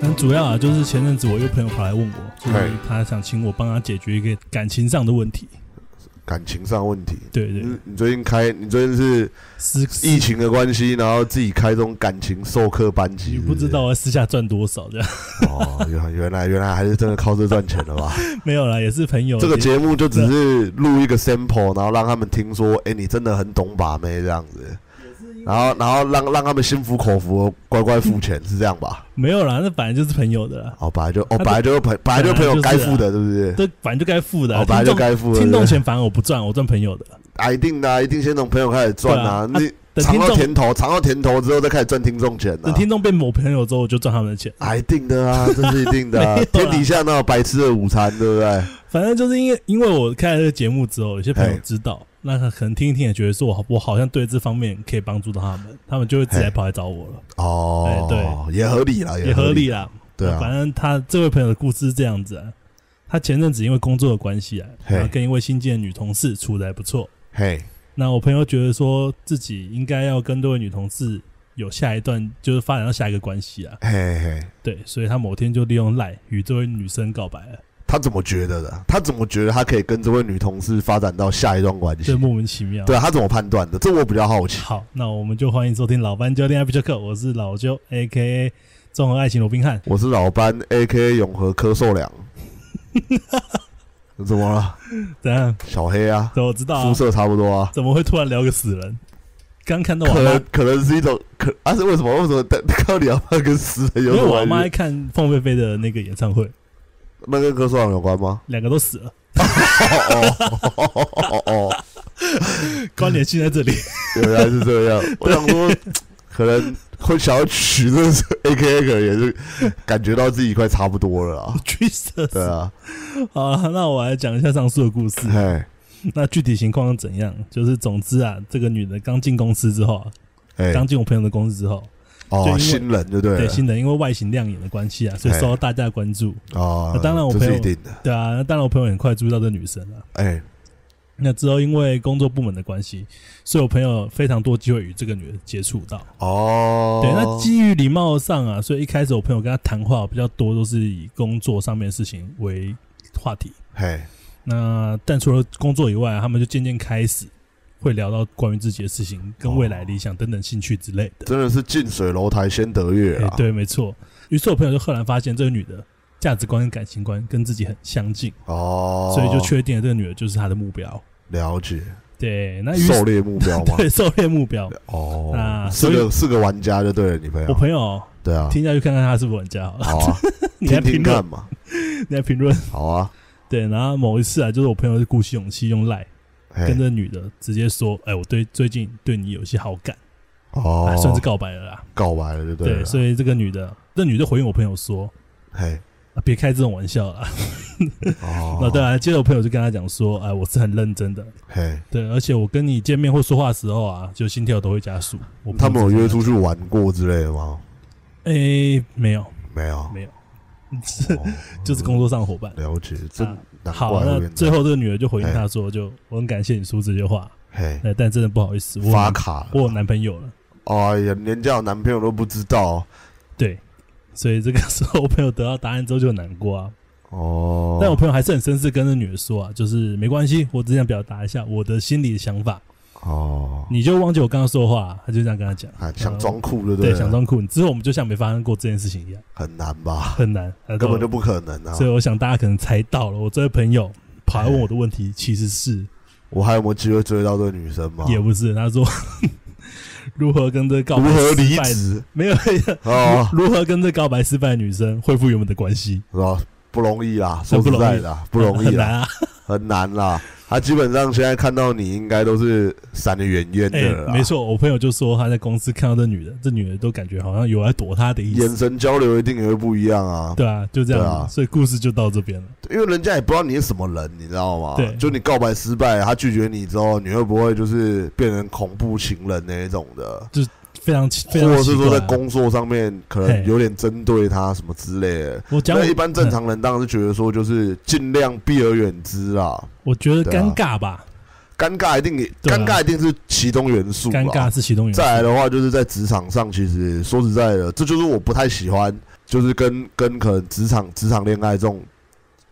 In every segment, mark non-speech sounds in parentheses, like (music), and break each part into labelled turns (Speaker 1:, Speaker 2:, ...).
Speaker 1: 很主要啊，就是前阵子我一个朋友跑来问我，就是
Speaker 2: 嗨
Speaker 1: 他想请我帮他解决一个感情上的问题。
Speaker 2: 感情上问题。
Speaker 1: 对对，
Speaker 2: 你你最近开，你最近是
Speaker 1: 私
Speaker 2: 疫情的关系，然后自己开这种感情授课班级，
Speaker 1: 你
Speaker 2: 是
Speaker 1: 不
Speaker 2: 不
Speaker 1: 知
Speaker 2: 是
Speaker 1: 道我啊私下赚多少这样， (laughs)
Speaker 2: 哦，原原来原来还是真的靠这赚钱的
Speaker 1: (laughs)
Speaker 2: 吧？
Speaker 1: 没有啦，也是朋友。
Speaker 2: 这个节目就只是录一个 sample，然后让他们听说，哎、你真的很懂把妹这样子，然后然后让让他们心服口服，乖乖付钱，是这样吧？
Speaker 1: 没有啦，那本来就是朋友的啦，
Speaker 2: 哦，本来就哦，
Speaker 1: 他
Speaker 2: 本来就朋本来就朋友
Speaker 1: 啊
Speaker 2: 该付的，对不对？
Speaker 1: 这本来就该付的啊。
Speaker 2: 哦，本来就
Speaker 1: 听众
Speaker 2: 该付的，
Speaker 1: 听
Speaker 2: 对
Speaker 1: 众
Speaker 2: 不对
Speaker 1: 钱反而我不赚，我赚朋友的。
Speaker 2: 啊，一定的啊、一定先从朋友开始赚啊，
Speaker 1: 对啊
Speaker 2: 你
Speaker 1: 等
Speaker 2: 尝
Speaker 1: 听
Speaker 2: 到
Speaker 1: 众
Speaker 2: 甜头，尝到甜头之后再开始赚听众钱
Speaker 1: 等
Speaker 2: 啊。
Speaker 1: 听众变我朋友之后，我就赚他们的钱。
Speaker 2: 啊，一定的啊，这是一定的、啊
Speaker 1: (laughs) 没有啦。
Speaker 2: 天底下哪有白吃的午餐，对不对？
Speaker 1: 反正就是因为因为我开了这个节目之后，有些朋友
Speaker 2: 嘿
Speaker 1: 知道，那他可能听一听也觉得说我好我好像对这方面可以帮助到他们，他们就会自己来
Speaker 2: 嘿
Speaker 1: 跑来找我了，
Speaker 2: 哦，
Speaker 1: 哎
Speaker 2: 也合理啦，
Speaker 1: 也合
Speaker 2: 合
Speaker 1: 理。啦。
Speaker 2: 对
Speaker 1: 反
Speaker 2: 啊，
Speaker 1: 正他这位朋友的故事是这样子啊，他前阵子因为工作的关系啊，
Speaker 2: 嘿
Speaker 1: 然后跟一位新进的女同事处的还不错。
Speaker 2: 嘿，
Speaker 1: 那我朋友觉得说自己应该要跟这位女同事有下一段，就是发展到下一个关系啊。
Speaker 2: 嘿嘿，
Speaker 1: 对，所以他某天就利用赖与这位女生告白了，
Speaker 2: 他怎么觉得的？他怎么觉得他可以跟这位女同事发展到下一段关系
Speaker 1: 这？莫名其妙。
Speaker 2: 对啊，他怎么判断的？这我比较好奇。
Speaker 1: 好，那我们就欢迎收听老班教练艾比克，我是老舅 A K A 综合爱情罗宾汉。
Speaker 2: 我是老班 A K 永和柯受良， (laughs) 怎么了？
Speaker 1: 怎样？
Speaker 2: 小黑啊，
Speaker 1: 怎么我知道、啊
Speaker 2: 肤？色差不多啊。
Speaker 1: 怎么会突然聊个死人？刚看到我
Speaker 2: 可
Speaker 1: 妈
Speaker 2: 能，可能是一种可啊是为什么为什么但到底要不要跟死
Speaker 1: 因
Speaker 2: 人有
Speaker 1: 为
Speaker 2: 什
Speaker 1: 我
Speaker 2: 么
Speaker 1: 妈
Speaker 2: 关
Speaker 1: 爱
Speaker 2: 系？
Speaker 1: 看凤飞飞的那个演唱会，
Speaker 2: 那跟柯受良有关吗？
Speaker 1: 两个都死了，
Speaker 2: 哦哦哦哦哦哦，
Speaker 1: 关联性在
Speaker 2: (laughs)
Speaker 1: 这里。
Speaker 2: 原来是这样。我想说，可能会想要取这 A K A 可能也是感觉到自己快差不多了啊。
Speaker 1: Jesus！
Speaker 2: 对啊，
Speaker 1: 好啊，那我来讲一下上述的故事。
Speaker 2: 嘿，
Speaker 1: 那具体情况是怎样？就是总之啊，这个女的刚进公司之后啊，
Speaker 2: 哎，
Speaker 1: 刚进我朋友的公司之后，就因
Speaker 2: 哦，
Speaker 1: 为
Speaker 2: 新人就对哎
Speaker 1: 对
Speaker 2: 了，
Speaker 1: 新人因为外形亮眼的关系啊，所以受到大家的关注。
Speaker 2: 哦
Speaker 1: 那，当然我
Speaker 2: 这
Speaker 1: 朋
Speaker 2: 是
Speaker 1: 友
Speaker 2: 一定的。
Speaker 1: 对啊，那当然我朋友很快注意到这女生了、
Speaker 2: 哎，
Speaker 1: 那之后因为工作部门的关系，所以我朋友非常多机会与这个女的接触到。
Speaker 2: 哦，
Speaker 1: 对，那基于礼貌上啊，所以一开始我朋友跟她谈话比较多，都是以工作上面的事情为话题。
Speaker 2: 嘿，
Speaker 1: 那但除了工作以外啊、他们就渐渐开始会聊到关于自己的事情、跟未来理想等等兴趣之类的。
Speaker 2: 真的是近水楼台先得月
Speaker 1: 哎
Speaker 2: 啊。
Speaker 1: 对，没错。于是我朋友就赫然发现，这个女的价值观跟感情观跟自己很相近，
Speaker 2: 哦，
Speaker 1: 所以就确定了这个女的就是她的目标。
Speaker 2: 了解
Speaker 1: 对，那于
Speaker 2: 狩
Speaker 1: 是
Speaker 2: 猎目标
Speaker 1: (laughs)
Speaker 2: 吗？
Speaker 1: 对狩猎目标，
Speaker 2: 哦
Speaker 1: 那，
Speaker 2: 是
Speaker 1: 所
Speaker 2: 个是个玩家就对了，你
Speaker 1: (laughs)
Speaker 2: 朋
Speaker 1: 我
Speaker 2: 友
Speaker 1: 朋友
Speaker 2: 对啊，
Speaker 1: 听下去看看她是不是玩家好了。
Speaker 2: 好啊，
Speaker 1: 你来
Speaker 2: 听
Speaker 1: 评
Speaker 2: 听
Speaker 1: 论
Speaker 2: 看，嘛，
Speaker 1: 你来评论。
Speaker 2: 好啊，
Speaker 1: 对，然后某一次啊，就是我朋友就鼓起勇气用赖
Speaker 2: 嘿
Speaker 1: 跟，这女的直接说：“哎，我对最近对你有些好感，
Speaker 2: 哦
Speaker 1: 啊，，算是告白了啦。”
Speaker 2: 告白了就对
Speaker 1: 对，
Speaker 2: 了，
Speaker 1: 所以这个女的，这女的回应我朋友说
Speaker 2: 嘿，：“
Speaker 1: 啊别开这种玩笑啦。 (laughs) 那
Speaker 2: 哦，
Speaker 1: 对啊，接着我朋友就跟她讲说：“哎，我是很认真的，
Speaker 2: 嘿，
Speaker 1: 对，而且我跟你见面或说话的时候啊，就心跳都会加速。我”
Speaker 2: 他们有约？出去玩过之类的吗？
Speaker 1: 哎，没有， (laughs)
Speaker 2: 没有，
Speaker 1: 没有，是
Speaker 2: 哦
Speaker 1: (laughs) 就是工作上的伙伴。
Speaker 2: 了解，真
Speaker 1: 啊
Speaker 2: 难嗯怪
Speaker 1: 好，
Speaker 2: 会
Speaker 1: 那
Speaker 2: 变
Speaker 1: 最
Speaker 2: 成
Speaker 1: 后这个女的就
Speaker 2: 哎
Speaker 1: 回应他说：“就我很感谢你说这些话，
Speaker 2: 嘿
Speaker 1: 哎，但真的不好意思，我有
Speaker 2: 发
Speaker 1: 男
Speaker 2: 卡
Speaker 1: 我
Speaker 2: 了，
Speaker 1: 有男朋友了。”
Speaker 2: 哎呀，连叫男朋友都不知道
Speaker 1: 对，所以这个时候我朋友得到答案之后就很难过啊。
Speaker 2: 哦，
Speaker 1: 但我朋友还是很绅士，跟那女的说啊，就是没关系，我只想表达一下我的心里想法，
Speaker 2: 哦，
Speaker 1: 你就忘记我刚刚说的话。他就这样跟他讲，
Speaker 2: 啊，想装酷就
Speaker 1: 呃对，
Speaker 2: 了
Speaker 1: 想装酷，之后我们就像没发生过这件事情一样，
Speaker 2: 很难吧？
Speaker 1: 很难，啊
Speaker 2: 根本就
Speaker 1: 对
Speaker 2: 不可能啊！
Speaker 1: 所以我想大家可能猜到了，我这位朋友跑来问我的问题其实是
Speaker 2: 我还有没有机会追到这个女生吗？
Speaker 1: 也不是，他说 (laughs) 如何跟这告
Speaker 2: 如
Speaker 1: 白
Speaker 2: 何
Speaker 1: 失
Speaker 2: 离
Speaker 1: 败
Speaker 2: 职
Speaker 1: 没有。 (laughs)
Speaker 2: 哦，
Speaker 1: 如何跟这告白失败的女生恢复原本的关系？
Speaker 2: 是吧？不容易啦，
Speaker 1: 很
Speaker 2: 说
Speaker 1: 不
Speaker 2: 实
Speaker 1: 容易
Speaker 2: 在的啊，不容易
Speaker 1: 很
Speaker 2: 啦，
Speaker 1: 难啊！
Speaker 2: 很难啦。他基本上现在看到你，应该都是闪得远远
Speaker 1: 哎、
Speaker 2: 的啊了啦，
Speaker 1: 没错，我朋友就说他在公司看到这女的，这女的都感觉好像有来躲他的意
Speaker 2: 眼
Speaker 1: 思，
Speaker 2: 神交流一定也会不一样啊。
Speaker 1: 对啊，就这样子，
Speaker 2: 对啊
Speaker 1: 所以故事就到这边了。
Speaker 2: 因为人家也不知道你是什么人，你知道吗
Speaker 1: 对？
Speaker 2: 就你告白失败，他拒绝你之后，你会不会就是变成恐怖情人那一种的？
Speaker 1: 非常奇，
Speaker 2: 或
Speaker 1: 非常
Speaker 2: 者
Speaker 1: 奇
Speaker 2: 是说
Speaker 1: 怪、
Speaker 2: 在
Speaker 1: 啊。
Speaker 2: 工作上面可能
Speaker 1: 嘿
Speaker 2: 有点针对他什么之类的？
Speaker 1: 我讲我
Speaker 2: 那一般正，常人当然是觉得说，就是尽量避而远之啦
Speaker 1: 嗯。我觉得
Speaker 2: 对啊
Speaker 1: 尴尬吧，
Speaker 2: 尴尬一定也，
Speaker 1: 对啊
Speaker 2: 尴尬一定是其中元素啦。
Speaker 1: 尴尬是其中元素
Speaker 2: 再。来的话，就是啊在职场上，其实说实在的，这就是我不太喜欢，就是跟跟可能职场职场恋爱这种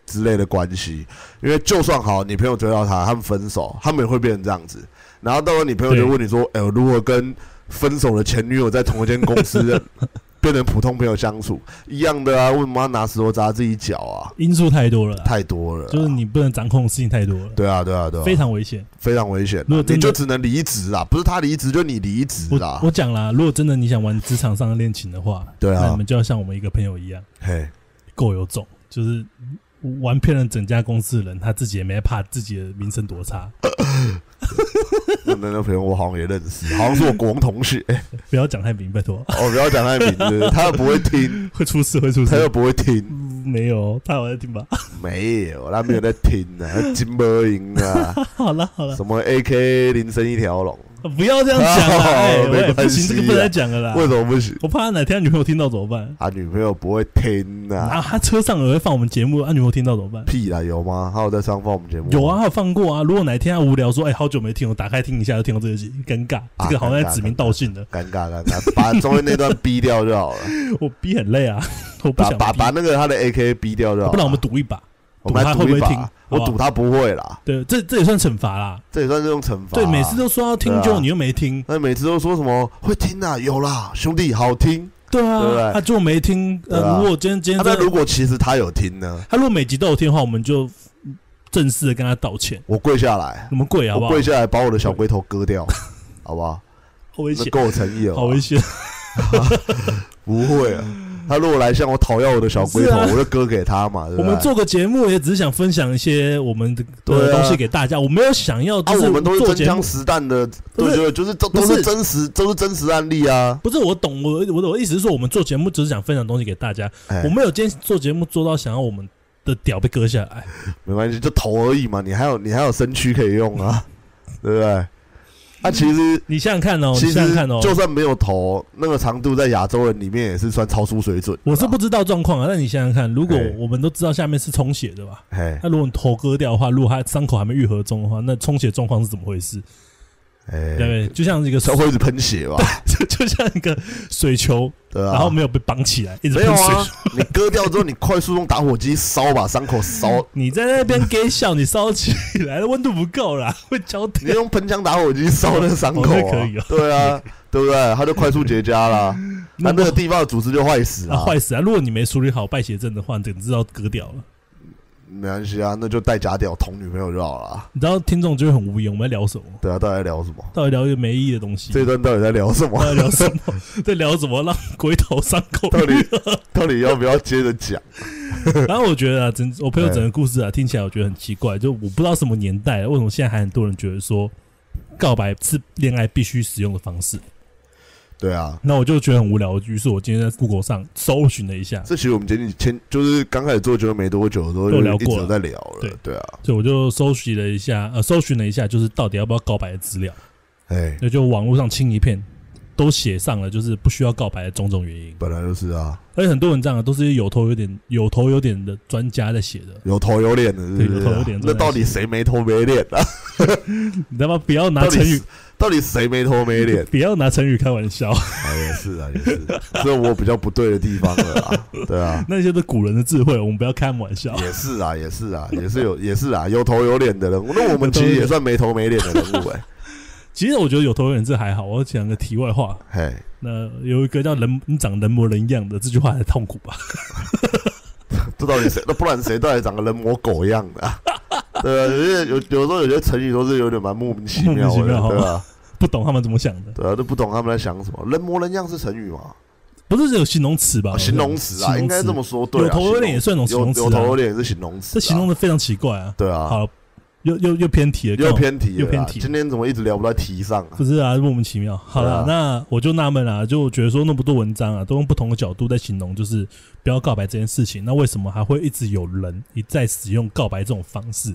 Speaker 2: 之类的关系。因为就算好，你朋友追到他，他们分手，他们也会变成这样子。然后到时候你朋友就问你说：“
Speaker 1: 嗯
Speaker 2: 哎、我如何跟分手的前女友在同一间公司 (laughs) 变成普通朋友相处？”一样的啊，为什么要拿石头砸自己脚
Speaker 1: (laughs)
Speaker 2: 啊？
Speaker 1: 因素太多了啦，
Speaker 2: 太多了啊、
Speaker 1: 就是你不能掌控的事情太多了，
Speaker 2: 对啊，对啊，对啊，
Speaker 1: 非常危险。
Speaker 2: 非常危险啊、
Speaker 1: 如果真的
Speaker 2: 你就只能离职啊，不是他离职，就你离职
Speaker 1: 我
Speaker 2: 啊
Speaker 1: 我。讲啦，如果真的你想玩职场上的恋情的话，
Speaker 2: 对
Speaker 1: 那
Speaker 2: 啊
Speaker 1: 你，们就要像我们一个朋友一样，
Speaker 2: 嘿，
Speaker 1: 够有种，就是玩骗了整家公司的人，他自己也没怕自己的名声多
Speaker 2: (laughs)
Speaker 1: 差。
Speaker 2: 那那个朋友我好像也认识，好像是我国中同
Speaker 1: (laughs)
Speaker 2: 学。
Speaker 1: 不要讲太明，拜托， (laughs)
Speaker 2: 哦，不要讲他的名字，他又不会听，
Speaker 1: 会出事，会出
Speaker 2: 他又
Speaker 1: 事。
Speaker 2: 不会听，
Speaker 1: 嗯没有，他有在听吧？ (laughs)
Speaker 2: 没有，他没有在听啊，金波银
Speaker 1: (laughs)
Speaker 2: 啊，
Speaker 1: 好了好了，
Speaker 2: 什么 AK 铃声一条龙，
Speaker 1: 不要这样
Speaker 2: (laughs)
Speaker 1: 讲啦，
Speaker 2: 好
Speaker 1: 哎，
Speaker 2: 哦没
Speaker 1: 喂，不
Speaker 2: 关
Speaker 1: 行，这个
Speaker 2: 系
Speaker 1: 不能
Speaker 2: 啊
Speaker 1: 再讲了
Speaker 2: 为
Speaker 1: 啦。
Speaker 2: 什么不行？
Speaker 1: 我怕他哪天他女朋友听到怎么办？
Speaker 2: 他女朋友不会听啊，
Speaker 1: 啊，他车上有人放我们节目，他女朋友听到怎么办？
Speaker 2: 屁啊，有吗？他有在上放我们节目？
Speaker 1: 有啊，，他有放过啊。如果哪天他无聊说，哎，好久没听，我打开听一下，就听到这个集，尴尬，
Speaker 2: 啊
Speaker 1: 这个好像
Speaker 2: 尴
Speaker 1: 在
Speaker 2: 尬
Speaker 1: 指名道姓的。
Speaker 2: 尴尬尴尬，把中间那段逼掉
Speaker 1: (laughs)
Speaker 2: 就好了，
Speaker 1: 我逼很累啊， (laughs) 我不
Speaker 2: 把
Speaker 1: 想
Speaker 2: 把
Speaker 1: 逼
Speaker 2: 把那个他的 AK 逼掉就好了。
Speaker 1: 不然我们赌一把。
Speaker 2: 我们来
Speaker 1: 赌他会
Speaker 2: 赌一
Speaker 1: 不会听
Speaker 2: 把，我赌他不会啦，
Speaker 1: 对，这这也算惩罚啦。
Speaker 2: 这也算是种惩罚啊。
Speaker 1: 对，每次都说要听
Speaker 2: 对啊
Speaker 1: 就你又没听，
Speaker 2: 那每次都说什么会听啊，有啦，兄弟好听。
Speaker 1: 对
Speaker 2: 对不对
Speaker 1: 啊，他就没听。
Speaker 2: 对啊
Speaker 1: 呃，如果今天今
Speaker 2: 那、
Speaker 1: 天
Speaker 2: 那
Speaker 1: 真
Speaker 2: 如
Speaker 1: 的
Speaker 2: 果其实他有听呢，
Speaker 1: 他如果每集都有听的话，我们就正式的跟他道歉，
Speaker 2: 我跪下来，
Speaker 1: 我们跪好不
Speaker 2: 我
Speaker 1: 好？
Speaker 2: 跪下来把我的小龟头割掉， (laughs) 好不好？
Speaker 1: 好危
Speaker 2: 那
Speaker 1: 险，
Speaker 2: 够有诚意了吧。
Speaker 1: 好危险，
Speaker 2: 不会啊，他如果来向我讨要我的小龟
Speaker 1: 是
Speaker 2: 头，
Speaker 1: 啊
Speaker 2: 我就割给他嘛，对不
Speaker 1: 我
Speaker 2: 对？啊
Speaker 1: 们做个节目也只是想分享一些我们的
Speaker 2: 对
Speaker 1: 的
Speaker 2: 啊
Speaker 1: 东西给大家，我没有想要
Speaker 2: 啊
Speaker 1: 就，是
Speaker 2: 我们都是
Speaker 1: 做
Speaker 2: 真
Speaker 1: 节目
Speaker 2: 枪。实弹的，
Speaker 1: 不
Speaker 2: 对
Speaker 1: 是
Speaker 2: 对，就是都
Speaker 1: 不
Speaker 2: 都
Speaker 1: 是
Speaker 2: 是真实，都是真实案例啊。
Speaker 1: 不是我懂，我我我的意思是说，我们做节目只是想分享东西给大家，
Speaker 2: 哎
Speaker 1: 我，没有今天做节目做到想要我们的屌被割下哎来。
Speaker 2: 没关系，就头而已嘛，你还有你还有身躯可以用啊， (laughs) 对不对？那其实
Speaker 1: 你想想看哦，
Speaker 2: 其
Speaker 1: 你
Speaker 2: 实
Speaker 1: 想想看哦，
Speaker 2: 就算没有头，那个长度在亚洲人里面也是算超出水准。
Speaker 1: 我是不，知道状况啊，那你想想看，如果
Speaker 2: 嘿
Speaker 1: 我们都知道下面是充血的吧？
Speaker 2: 哎
Speaker 1: 那如果你头割掉的话，如果他伤口还没愈合中的话，那充血状况是怎么回事？
Speaker 2: 哎，
Speaker 1: 对不对？就像一个
Speaker 2: 才会一直喷血吧？
Speaker 1: 就 (laughs) 就像一个水球，
Speaker 2: 对啊，
Speaker 1: 然后没有被绑起来，一直
Speaker 2: 没
Speaker 1: 喷
Speaker 2: 有
Speaker 1: 水
Speaker 2: 啊。你割掉之后，你快速用打火机烧把伤
Speaker 1: (laughs)
Speaker 2: 口烧，
Speaker 1: 你在那边给笑，你烧起来了，温度不够啦， (laughs) 会焦
Speaker 2: 你
Speaker 1: 掉。
Speaker 2: 用喷枪打火机烧那个伤口、
Speaker 1: 哦
Speaker 2: 啊
Speaker 1: 那可以哦 (laughs)
Speaker 2: 对啊，对不对？它就快速结痂啦，它那个地方的组织就坏死
Speaker 1: 啊，
Speaker 2: 了。
Speaker 1: 坏死啊！如果你没处理好败血症的话，你整只要割掉了。
Speaker 2: 没关系啊，那就戴假屌捅女朋友就好了。
Speaker 1: 你知道听众就会很无言，我们在聊什么？
Speaker 2: 对啊，到底在聊什么？
Speaker 1: 到底聊一个没意义的东西？
Speaker 2: 这一段到底在聊什
Speaker 1: (laughs)
Speaker 2: 么？
Speaker 1: 到底聊什么？在聊什么？让鬼头伤口
Speaker 2: 到底到底要不要接着讲？
Speaker 1: (laughs) 然后我觉得啊，整我朋友
Speaker 2: 对
Speaker 1: 整个故事啊，听起来我觉得很奇
Speaker 2: 哎
Speaker 1: 怪，就我不知道什么年代，为什么现在还很多人觉得说告白是恋爱必须使用的方式？
Speaker 2: 对啊，
Speaker 1: 那我就觉得很无聊，于是我今天在 Google 上搜寻了一下，
Speaker 2: 这其实我们前几前就是刚开始做节目没多久的时候，
Speaker 1: 都
Speaker 2: 就
Speaker 1: 聊
Speaker 2: 一直
Speaker 1: 过了
Speaker 2: 有在聊了
Speaker 1: 对。
Speaker 2: 对啊，
Speaker 1: 所以我就搜寻了一下，呃，搜寻了一下，就是到底要不要告白的资料，
Speaker 2: 哎，
Speaker 1: 那就网络上清一片。都写上了，就是不需要告白的种种原因，
Speaker 2: 本来就是啊，
Speaker 1: 而且很多文章啊都是有头有点、有头有点的专家在写的。
Speaker 2: 有头有脸的，是不
Speaker 1: 对
Speaker 2: 是
Speaker 1: 有头有
Speaker 2: 啊？
Speaker 1: 脸
Speaker 2: 那到底谁没头没脸啊？
Speaker 1: 你他妈不要拿
Speaker 2: 到
Speaker 1: 成
Speaker 2: 底
Speaker 1: 语
Speaker 2: 是，到底谁没头
Speaker 1: (laughs)
Speaker 2: 没脸？
Speaker 1: 不要拿成语开玩笑， (laughs)
Speaker 2: 啊，也是啊，也是， (laughs) 这我比较不对的地方了啦。对啊，
Speaker 1: 那些都是古人的智慧，我们不要开他们玩笑。
Speaker 2: 也是啊，也是啊，也是有，也是啊，有头有脸的人物。
Speaker 1: (laughs)
Speaker 2: 那我们其实也算没头没脸的人物哎、
Speaker 1: 其实我觉得有头有脸这还好。我讲个题外话，
Speaker 2: 嘿，
Speaker 1: 那有一个叫“人你长人模人样的”这句话才痛苦吧？
Speaker 2: 这到底谁？那不然谁到底长得人模狗样
Speaker 1: (laughs)
Speaker 2: 的、啊？对啊，有些有有时候有些成语都是有点蛮莫名其妙
Speaker 1: 莫名其
Speaker 2: 的，
Speaker 1: 妙
Speaker 2: 对啊，
Speaker 1: 不懂他们怎么想的，
Speaker 2: 对啊，都不懂他们在想什么。人模人样是成语吗？
Speaker 1: 不是只有形容词吧？
Speaker 2: 啊形容词啊，
Speaker 1: 形容
Speaker 2: 应该这么说。对啊，
Speaker 1: 有头有脸也算一种
Speaker 2: 形
Speaker 1: 形
Speaker 2: 容
Speaker 1: 容
Speaker 2: 词
Speaker 1: 词
Speaker 2: 有
Speaker 1: 啊
Speaker 2: 有头有脸也是形容词、啊。
Speaker 1: 这形容的非常奇怪啊。
Speaker 2: 对啊，
Speaker 1: 好，又又又偏题了，
Speaker 2: 又
Speaker 1: 干嘛
Speaker 2: 偏题了啦，
Speaker 1: 又偏题
Speaker 2: 今天怎么一直聊不到题上啊？
Speaker 1: 不是啊，莫名其妙。好了，
Speaker 2: 对啊
Speaker 1: 那我就纳闷啦，就我觉得说那么多文章啊，都用不同的角度在形容，就是不要告白这件事情。那为什么还会一直有人一再使用告白这种方式？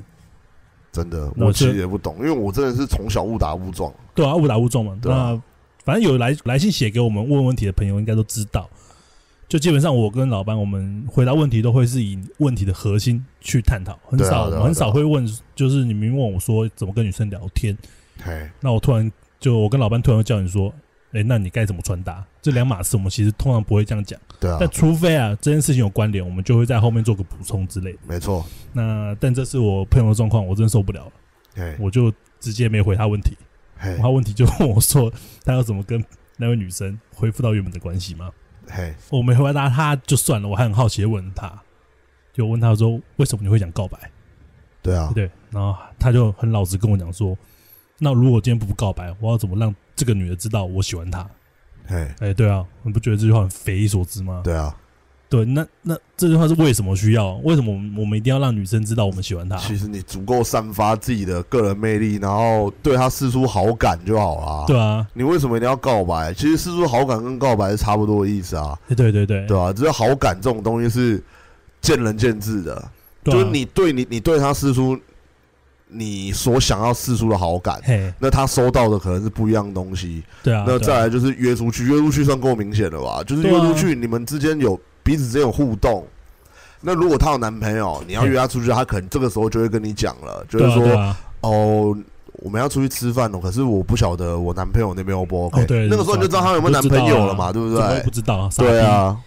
Speaker 2: 真的，
Speaker 1: 那
Speaker 2: 我
Speaker 1: 我觉
Speaker 2: 其
Speaker 1: 得
Speaker 2: 实也不懂，因为我真的是从小误打误撞。
Speaker 1: 对啊，误打误撞嘛。
Speaker 2: 对啊
Speaker 1: 那反正有来来信写给我们问问题的朋友，应该都知道。就基本上我跟老班，我们回答问题都会是以问题的核心去探讨，很
Speaker 2: 对啊
Speaker 1: 少、
Speaker 2: 对啊
Speaker 1: 很少
Speaker 2: 对
Speaker 1: 会问，就是你明明问我说怎么跟女生聊天，
Speaker 2: 嘿，
Speaker 1: 那我突然就我跟老班突然叫你说，哎、那你该怎么穿搭？这两码事我们其实通常不会这样讲，
Speaker 2: 对啊
Speaker 1: 但，除非啊这件事情有关联，我们就会在后面做个补充之类的。
Speaker 2: 没错，
Speaker 1: 那但这是我朋友的状况，我真受不了了，
Speaker 2: 嘿，
Speaker 1: 我就直接没回他问题。
Speaker 2: 嘿，
Speaker 1: 他问题就问我说，他要怎么跟那位女生恢复到原本的关系吗？
Speaker 2: 嘿，
Speaker 1: 我没回答他就算了，我还很好奇的问他，就问他说为什么你会想告白？
Speaker 2: 对啊，
Speaker 1: 对，然后他就很老实跟我讲说，那如果今天不告白，我要怎么让这个女的知道我喜欢她？
Speaker 2: 嘿，
Speaker 1: 哎，对啊，你不觉得这句话很匪夷所思吗？
Speaker 2: 对啊，
Speaker 1: 对，那那这句话是为什么需要？为什么我们我们一定要让女生知道我们喜欢她？
Speaker 2: 其实你足够散发自己的个人魅力，然后对他示出好感就好啦。
Speaker 1: 对啊，
Speaker 2: 你为什么一定要告白？其实示出好感跟告白是差不多的意思啊，
Speaker 1: 哎对对对，
Speaker 2: 对吧、只是好感这种东西是见仁见智的，
Speaker 1: 对啊
Speaker 2: 就是，你对你你对他示出你所想要示出的好感，
Speaker 1: 嘿，
Speaker 2: 那他收到的可能是不一样的东西。
Speaker 1: 对啊，
Speaker 2: 那
Speaker 1: 对啊
Speaker 2: 再来就是约出去，约出去算够明显了吧？就是
Speaker 1: 对
Speaker 2: 约
Speaker 1: 啊
Speaker 2: 出去，你们之间有彼此之间有互动。那如果她有男朋友，你要约她出去，她可能这个时候就会跟你讲了，就是
Speaker 1: 对啊，
Speaker 2: 说、
Speaker 1: 对啊，
Speaker 2: 哦，我们要出去吃饭哦，可是我不晓得我男朋友那边 O 不 OK、
Speaker 1: 哦对
Speaker 2: 那个时候你就知道她有没有男朋友了嘛，对不
Speaker 1: 啊怎么会
Speaker 2: 对
Speaker 1: 不？知道？傻
Speaker 2: 对
Speaker 1: 逼
Speaker 2: 啊，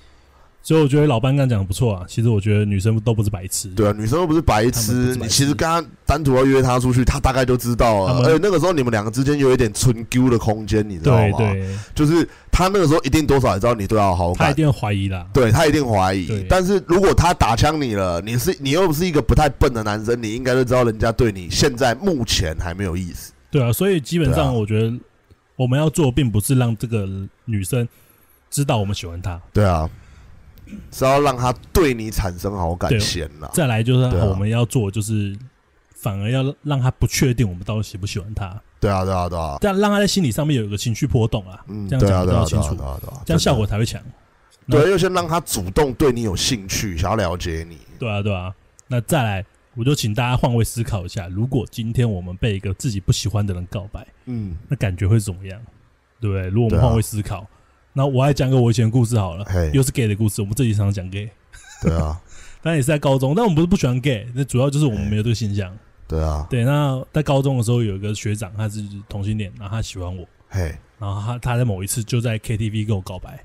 Speaker 1: 所以我觉得老班刚讲的不错啊。其实我觉得女生都不是白痴，
Speaker 2: 对啊，女生又不是白
Speaker 1: 他们不
Speaker 2: 痴，
Speaker 1: 是白痴
Speaker 2: 你其实跟她单独要约她出去，她大概就知道
Speaker 1: 他
Speaker 2: 了。
Speaker 1: 们
Speaker 2: 而且那个时候你们两个之间有一点纯 Q 的空间，你知道
Speaker 1: 对
Speaker 2: 吗？
Speaker 1: 对，
Speaker 2: 就是她那个时候一定多少也知道你对她有好
Speaker 1: 他
Speaker 2: 感
Speaker 1: 一，定会怀疑啦。
Speaker 2: 对他一定怀疑
Speaker 1: 对。
Speaker 2: 但是如果他打枪你了，你是你又不是一个不太笨的男生，你应该就知道人家对你现在目前还没有意思。
Speaker 1: 对啊，所以基本
Speaker 2: 对啊
Speaker 1: 上我觉得我们要做的并不是让这个女生知道我们喜欢她，
Speaker 2: 对啊，是要让他对你产生好感
Speaker 1: 对
Speaker 2: 先啦。
Speaker 1: 再来就是
Speaker 2: 对啊
Speaker 1: 我们要做的就是。反而要让她不确定我们到底喜不喜欢她，
Speaker 2: 对啊，对啊，对啊，
Speaker 1: 但让她在心理上面有一个情绪波动啊，
Speaker 2: 嗯，
Speaker 1: 这样
Speaker 2: 对
Speaker 1: 讲
Speaker 2: 啊，
Speaker 1: 比
Speaker 2: 对
Speaker 1: 较
Speaker 2: 啊，对
Speaker 1: 清
Speaker 2: 啊，
Speaker 1: 楚，
Speaker 2: 对啊，对啊
Speaker 1: 这样效果。才会强。
Speaker 2: 真的对，要先让他主动对你有兴趣，想要了解你。
Speaker 1: 对啊，对啊。那再来，我就请大家换位思考一下，如果今天我们被一个自己不喜欢的人告白，
Speaker 2: 嗯，
Speaker 1: 那感觉会怎么样？对不对？如果我
Speaker 2: 对
Speaker 1: 们
Speaker 2: 啊
Speaker 1: 换位思考，那我还讲个我以前的故事好了
Speaker 2: 嘿，
Speaker 1: 又是 gay 的故事。我们这集常常讲 gay，
Speaker 2: 对啊，
Speaker 1: 当然也是在高中，但我们不是不喜欢 gay，那主要就是我们
Speaker 2: 嘿
Speaker 1: 没有这个形象。
Speaker 2: 对啊，
Speaker 1: 对，那在高中的时候有一个学长，他是同性恋，然后他喜欢我，
Speaker 2: 嘿，
Speaker 1: 然后他他在某一次就在 KTV 跟我告白。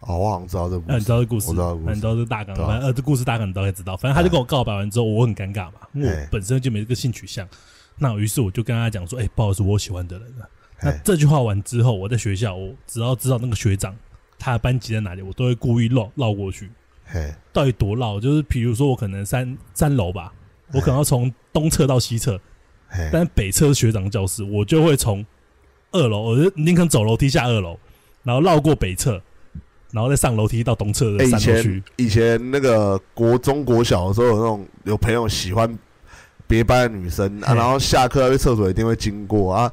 Speaker 2: 哦，我好像知道这部
Speaker 1: 那哎呃你知道这故事？
Speaker 2: 我知道这故事
Speaker 1: 那你知道这大纲？
Speaker 2: 对啊
Speaker 1: 反正呃，这故事大纲你大概知道。反正他就跟我告白完之后，我很尴尬嘛，因为
Speaker 2: 哎
Speaker 1: 我本身就没这个性取向。那于是我就跟他讲说：“哎、不好意思，我有喜欢的人了。”那
Speaker 2: 嘿，
Speaker 1: 这句话完之后，我在学校，我只要知道那个学长他的班级在哪里，我都会故意绕绕过去。
Speaker 2: 嘿，
Speaker 1: 到底多绕？就是比如说，我可能三三楼吧，我可能要从东侧到西侧，
Speaker 2: 嘿，
Speaker 1: 但北侧是学长教室，我就会从二楼，我就宁肯走楼梯下二楼，然后绕过北侧，然后再上楼梯到东侧的
Speaker 2: 欸以
Speaker 1: 三楼区
Speaker 2: 前。以前那个国中国小的时候，有那种有朋友喜欢别班的女生啊，
Speaker 1: 嘿
Speaker 2: 然后下课要去厕所一定会经过啊，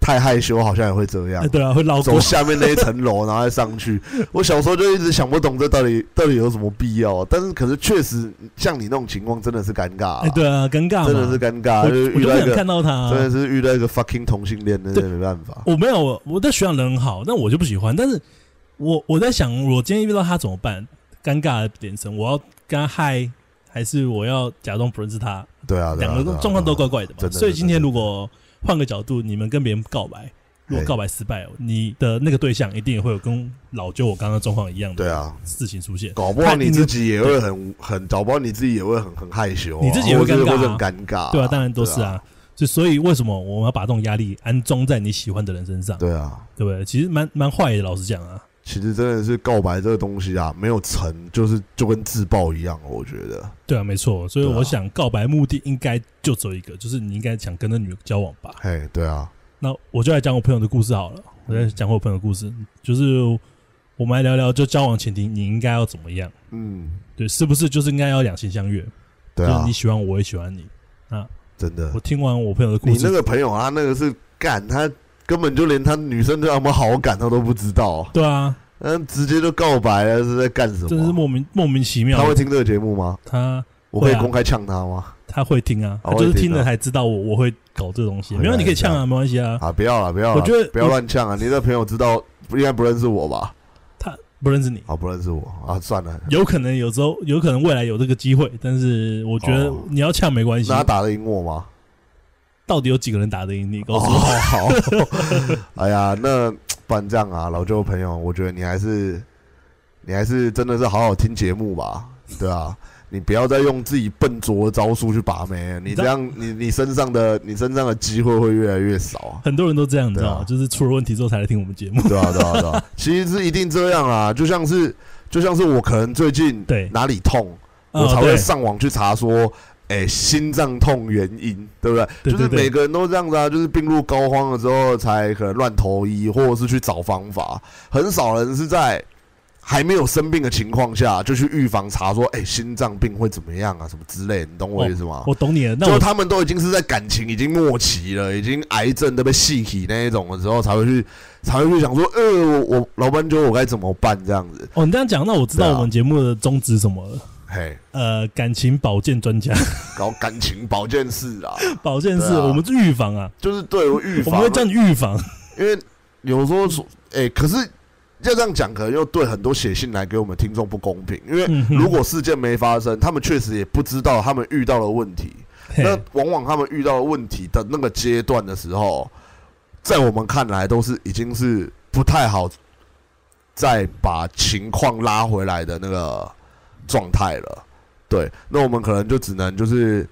Speaker 2: 太害羞好像也会这样
Speaker 1: 哎，，对啊，会绕
Speaker 2: 走
Speaker 1: 过。
Speaker 2: 下面那一层楼，然后再上
Speaker 1: (laughs)
Speaker 2: 去。我小时候就一直想不懂这到底到底有什么必要啊，但是可是确实像你那种情况真的是尴尬啊
Speaker 1: 哎，，对啊，尴尬嘛，
Speaker 2: 真的是尴尬，
Speaker 1: 我
Speaker 2: 就是
Speaker 1: 我
Speaker 2: 遇
Speaker 1: 就
Speaker 2: 到
Speaker 1: 不
Speaker 2: 一
Speaker 1: 想
Speaker 2: 个
Speaker 1: 看到他啊、
Speaker 2: 真的是遇到一个 fucking 同性恋，真的没办法。
Speaker 1: 我没有，我我在学校人很好，但我就不喜欢。但是我我在想，我今天遇到他怎么办？尴尬的眼神，我要跟他嗨，还是我要假装不认识他？
Speaker 2: 对啊，对啊
Speaker 1: 两个
Speaker 2: 对啊
Speaker 1: 状况都
Speaker 2: 对啊
Speaker 1: 怪怪的嘛。
Speaker 2: 真的
Speaker 1: 所以今天
Speaker 2: 真的
Speaker 1: 如果换个角度，你们跟别人告白，如果
Speaker 2: 嘿
Speaker 1: 告白失败，哦你的那个对象一定也会有跟老舅我刚刚状况一样
Speaker 2: 对
Speaker 1: 的
Speaker 2: 啊，
Speaker 1: 事情出现。
Speaker 2: 搞不好
Speaker 1: 看
Speaker 2: 你
Speaker 1: 你
Speaker 2: 自己也会很很，搞不好你自己也会很很害羞啊、
Speaker 1: 你自己也会
Speaker 2: 或者是
Speaker 1: 尴尬啊
Speaker 2: 或者很尴尬、
Speaker 1: 对啊，当然都是
Speaker 2: 对
Speaker 1: 啊。就所以为什么我们要把这种压力安装在你喜欢的人身上，
Speaker 2: 对啊，
Speaker 1: 对不对？其实蛮蛮坏的，老实讲啊。
Speaker 2: 其实真的是告白这个东西啊，没有成就是就跟自爆一样，我觉得。
Speaker 1: 对啊，没错，所以
Speaker 2: 对啊
Speaker 1: 我想告白目的应该就只有一个，就是你应该想跟那女的交往吧。
Speaker 2: 嘿，对啊，
Speaker 1: 那我就来讲我朋友的故事好了，我再讲我朋友的故事，就是我们来聊聊，就交往前提你应该要怎么样？
Speaker 2: 嗯，
Speaker 1: 对，是不是就是应该要两情相悦？
Speaker 2: 对
Speaker 1: 就是
Speaker 2: 啊
Speaker 1: 你，喜欢我，我也喜欢你。
Speaker 2: 真的
Speaker 1: 我。听完我朋友的故
Speaker 2: 你
Speaker 1: 事，
Speaker 2: 那个朋友啊，那个是干他。根本就连他女生对他有没有好感，他都不知道，
Speaker 1: 对啊，
Speaker 2: 嗯，直接就告白了，是在干什
Speaker 1: 真是
Speaker 2: 么？啊
Speaker 1: 莫名莫名其妙
Speaker 2: 他。会听这个节目吗？
Speaker 1: 他
Speaker 2: 我可以
Speaker 1: 会啊
Speaker 2: 公开呛他吗？
Speaker 1: 他会听啊，
Speaker 2: 哦
Speaker 1: 他就是
Speaker 2: 会听
Speaker 1: 听
Speaker 2: 啊
Speaker 1: 了才知道我我会搞这东西。
Speaker 2: 会啊
Speaker 1: 没有，你可以呛
Speaker 2: 会
Speaker 1: 啊，没关
Speaker 2: (laughs)
Speaker 1: 系啊。
Speaker 2: 啊，不要了，不要了，
Speaker 1: 我觉得
Speaker 2: 不要乱呛啊！你的朋友知道应该不认识我吧？
Speaker 1: 不认识你，
Speaker 2: 好不认识我啊，算了，
Speaker 1: 有可能有时候有可能未来有这个机会，但是我觉得
Speaker 2: 哦
Speaker 1: 你要呛没关系
Speaker 2: 那。他打得赢我吗？
Speaker 1: 到底有几个人打得赢你？告
Speaker 2: 哦，
Speaker 1: 诉我，
Speaker 2: 好， (laughs) 哎呀，那不然这样啊，老舅朋友，我觉得你还是你还是真的是好好听节目吧，对啊，你不要再用自己笨拙的招数去把妹，你这样你你身上的你身上的机会会越来越少。
Speaker 1: 很多人都这样，你知道
Speaker 2: 对
Speaker 1: 吗？
Speaker 2: 啊
Speaker 1: 就是出了问题之后才来听我们节目。
Speaker 2: 对啊，对啊，对啊，其实是一定这样啊，就像是就像是我可能最近
Speaker 1: 对
Speaker 2: 哪里痛， (laughs) 我
Speaker 1: 哦
Speaker 2: 才
Speaker 1: 对
Speaker 2: 会上网去查说，哎、心脏痛原因，对不对？
Speaker 1: 对对
Speaker 2: 就是每个人都这样子啊，就是病入膏肓了之后才可能乱投医，或者是去找方法，很少人是在。还没有生病的情况下，就去预防查说，哎、心脏病会怎么样啊，什么之类的，你懂我意思吗？
Speaker 1: 我懂你哦了。那
Speaker 2: 就
Speaker 1: 我
Speaker 2: 他们都已经是在感情已经末期了，已经癌症都被细体那一种了之后，才会去才会去想说，呃，我我老板觉得我该怎么办这样子，
Speaker 1: 哦，你这样讲，那我知道
Speaker 2: 对啊
Speaker 1: 我们节目的宗旨是什么了。
Speaker 2: 嘿，
Speaker 1: 呃，感情保健专家， (laughs)
Speaker 2: 搞感情保健室啊，
Speaker 1: 保健是
Speaker 2: 对啊
Speaker 1: 我们是预防啊，
Speaker 2: 就是对我预
Speaker 1: 我
Speaker 2: 防啊
Speaker 1: 们会，叫你预防。
Speaker 2: 因为有时候说，哎、可是要这样讲，可能又对很多写信来给我们听众不公平，因为
Speaker 1: 嗯哼
Speaker 2: 如果事件没发生，他们确实也不知道他们遇到了问题，
Speaker 1: 嘿
Speaker 2: 那往往他们遇到的问题的那个阶段的时候，在我们看来都是已经是不太好再把情况拉回来的那个状态了。对，那我们可能就只能就是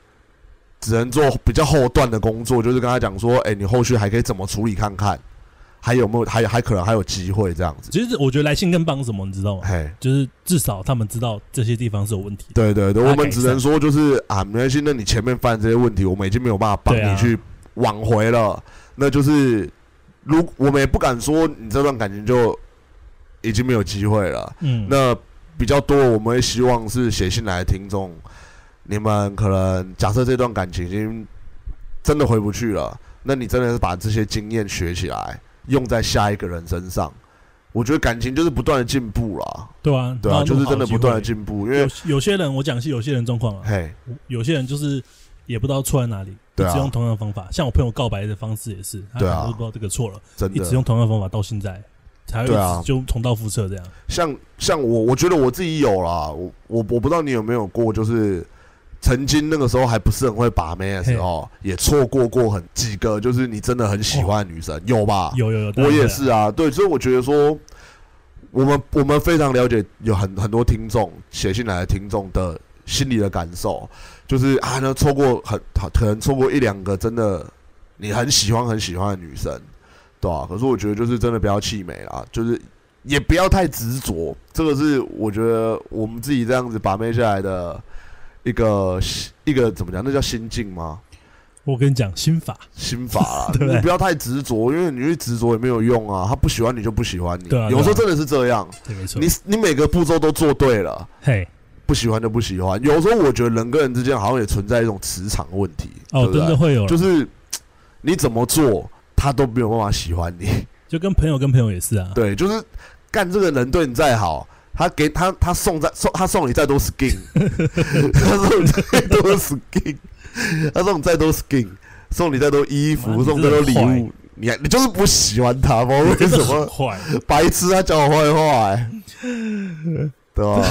Speaker 2: 只能做比较后段的工作，就是跟他讲说，哎、你后续还可以怎么处理看看，还有没有还还可能还有机会这样子。
Speaker 1: 其实我觉得来信更帮什么，你知道吗？
Speaker 2: 嘿，
Speaker 1: 就是至少他们知道这些地方是有问题的。
Speaker 2: 对对对，
Speaker 1: 把它
Speaker 2: 我们
Speaker 1: 改
Speaker 2: 只能
Speaker 1: 善
Speaker 2: 说就是啊，没关系，那你前面犯这些问题，我们已经没有办法帮
Speaker 1: 对啊
Speaker 2: 你去挽回了。那就是，如我们也不敢说你这段感情就已经没有机会了。
Speaker 1: 嗯，
Speaker 2: 那比较多，我们会希望是写信来的听众，你们可能假设这段感情已经真的回不去了，那你真的是把这些经验学起来，用在下一个人身上。我觉得感情就是不断的进步啦，
Speaker 1: 对啊，
Speaker 2: 对啊，
Speaker 1: 那
Speaker 2: 就是真的不断的
Speaker 1: 有好
Speaker 2: 进步，
Speaker 1: 机
Speaker 2: 因
Speaker 1: 会
Speaker 2: 为
Speaker 1: 有有些人，我讲是有些人状况啊，
Speaker 2: 嘿，
Speaker 1: 有些人就是也不知道错在哪里，
Speaker 2: 对啊
Speaker 1: 一直用同样的方法。像我朋友告白的方式也是，他
Speaker 2: 对啊
Speaker 1: 可能都不知道这个错了，
Speaker 2: 真
Speaker 1: 一
Speaker 2: 的
Speaker 1: 直用同样的方法到现在，才会
Speaker 2: 对啊
Speaker 1: 一直就重蹈覆辙这样。
Speaker 2: 像像我，我觉得我自己有啦，我我我不知道你有没有过，就是曾经那个时候还不是很会把妹的时候，也错过过很几个，就是你真的很喜欢的女生，有吧？
Speaker 1: 有有有，当
Speaker 2: 我
Speaker 1: 然
Speaker 2: 也
Speaker 1: 会啊
Speaker 2: 是啊，对，所以我觉得说，我们我们非常了解有很很多听众写信来的听众的心里的感受，就是啊，那错过很可能错过一两个真的你很喜欢很喜欢的女生，对吧、可是我觉得就是真的不要气馁啦，就是也不要太执着，这个是我觉得我们自己这样子把妹下来的一个一个怎么讲？那叫心境吗？
Speaker 1: 我跟你讲，心法，
Speaker 2: 心法啦，
Speaker 1: (laughs) 对不对
Speaker 2: 你不要太执着，因为你去执着也没有用啊。他不喜欢你就不喜欢你，
Speaker 1: 对啊对啊
Speaker 2: 有时候真的是这样。
Speaker 1: 对，没错。
Speaker 2: 你你每个步骤都做对了，
Speaker 1: 嘿，
Speaker 2: 不喜欢就不喜欢。有时候我觉得人跟人之间好像也存在一种磁场问题，
Speaker 1: 哦，
Speaker 2: 对不
Speaker 1: 真的
Speaker 2: 对？
Speaker 1: 会有啦，
Speaker 2: 就
Speaker 1: 就是
Speaker 2: 你怎么做，他都没有办法喜欢你。
Speaker 1: 就跟朋友跟朋友也是啊，
Speaker 2: 对，就是干这个人对你再好。他给他他送再送他送你再多 skin，他送你再多 skin，他送你再多 skin，送你再多
Speaker 1: 妈
Speaker 2: 衣
Speaker 1: 你
Speaker 2: 服，送你
Speaker 1: 真
Speaker 2: 再多
Speaker 1: 的
Speaker 2: 礼
Speaker 1: 很
Speaker 2: 物，你还你就是不喜欢他，不知道为什
Speaker 1: 真的很
Speaker 2: 么
Speaker 1: 坏。
Speaker 2: 白痴他讲我坏话、欸，对吧？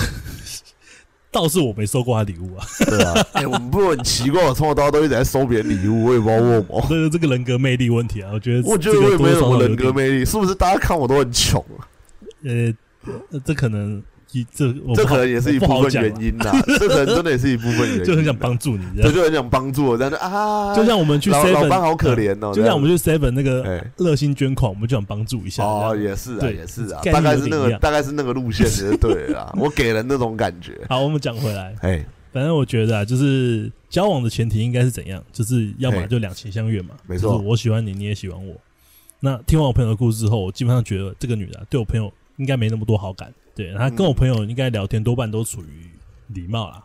Speaker 1: 倒是我没收过他礼物啊，
Speaker 2: 对啊，哎、我们不是很奇怪，我从小到大都一直在收别人礼物，我也不知道为什
Speaker 1: (laughs)
Speaker 2: 么。
Speaker 1: 这个这个人格魅力问题啊，我觉得
Speaker 2: 哦我觉
Speaker 1: 这
Speaker 2: 得
Speaker 1: 个
Speaker 2: 我也
Speaker 1: 多多
Speaker 2: 没什
Speaker 1: 少
Speaker 2: 么
Speaker 1: 少
Speaker 2: 人
Speaker 1: 有
Speaker 2: 格
Speaker 1: 点
Speaker 2: 魅力，是不是？大家看我都很穷啊，
Speaker 1: 呃呃，这可能一这我
Speaker 2: 这
Speaker 1: 不好
Speaker 2: 可能也是一
Speaker 1: 我不
Speaker 2: 部
Speaker 1: 好
Speaker 2: 分
Speaker 1: 讲啦
Speaker 2: 原因呐、这可能真的也是一部分原因、
Speaker 1: 就很想，帮助你，这
Speaker 2: 对，
Speaker 1: 样
Speaker 2: 就很想帮助我，但是啊，
Speaker 1: 就像我们去
Speaker 2: 老
Speaker 1: seven，嗯
Speaker 2: 老班好可怜哦，
Speaker 1: 就像我们去 seven 那
Speaker 2: 这样
Speaker 1: 个
Speaker 2: 哎。
Speaker 1: 热心捐款，我们就想帮助一下。这
Speaker 2: 哦，
Speaker 1: 样
Speaker 2: 也是啊，
Speaker 1: 对
Speaker 2: 也是啊，
Speaker 1: 概念
Speaker 2: 大概是那
Speaker 1: 有点一
Speaker 2: 个
Speaker 1: 样
Speaker 2: 大概是那个路线就对了
Speaker 1: (laughs)
Speaker 2: 啦。我给人那种感觉，
Speaker 1: 好，我们讲回来，
Speaker 2: 哎，
Speaker 1: 反正我觉得啊，就是交往的前提应该是怎样，就是要么
Speaker 2: 嘿
Speaker 1: 就两情相悦嘛，
Speaker 2: 没错
Speaker 1: 就是我喜欢你，你也喜欢我。那听完我朋友的故事之后，我基本上觉得这个女的啊、对我朋友应该没那么多好感，对，她跟我朋友应该聊天多半都处于礼貌啦。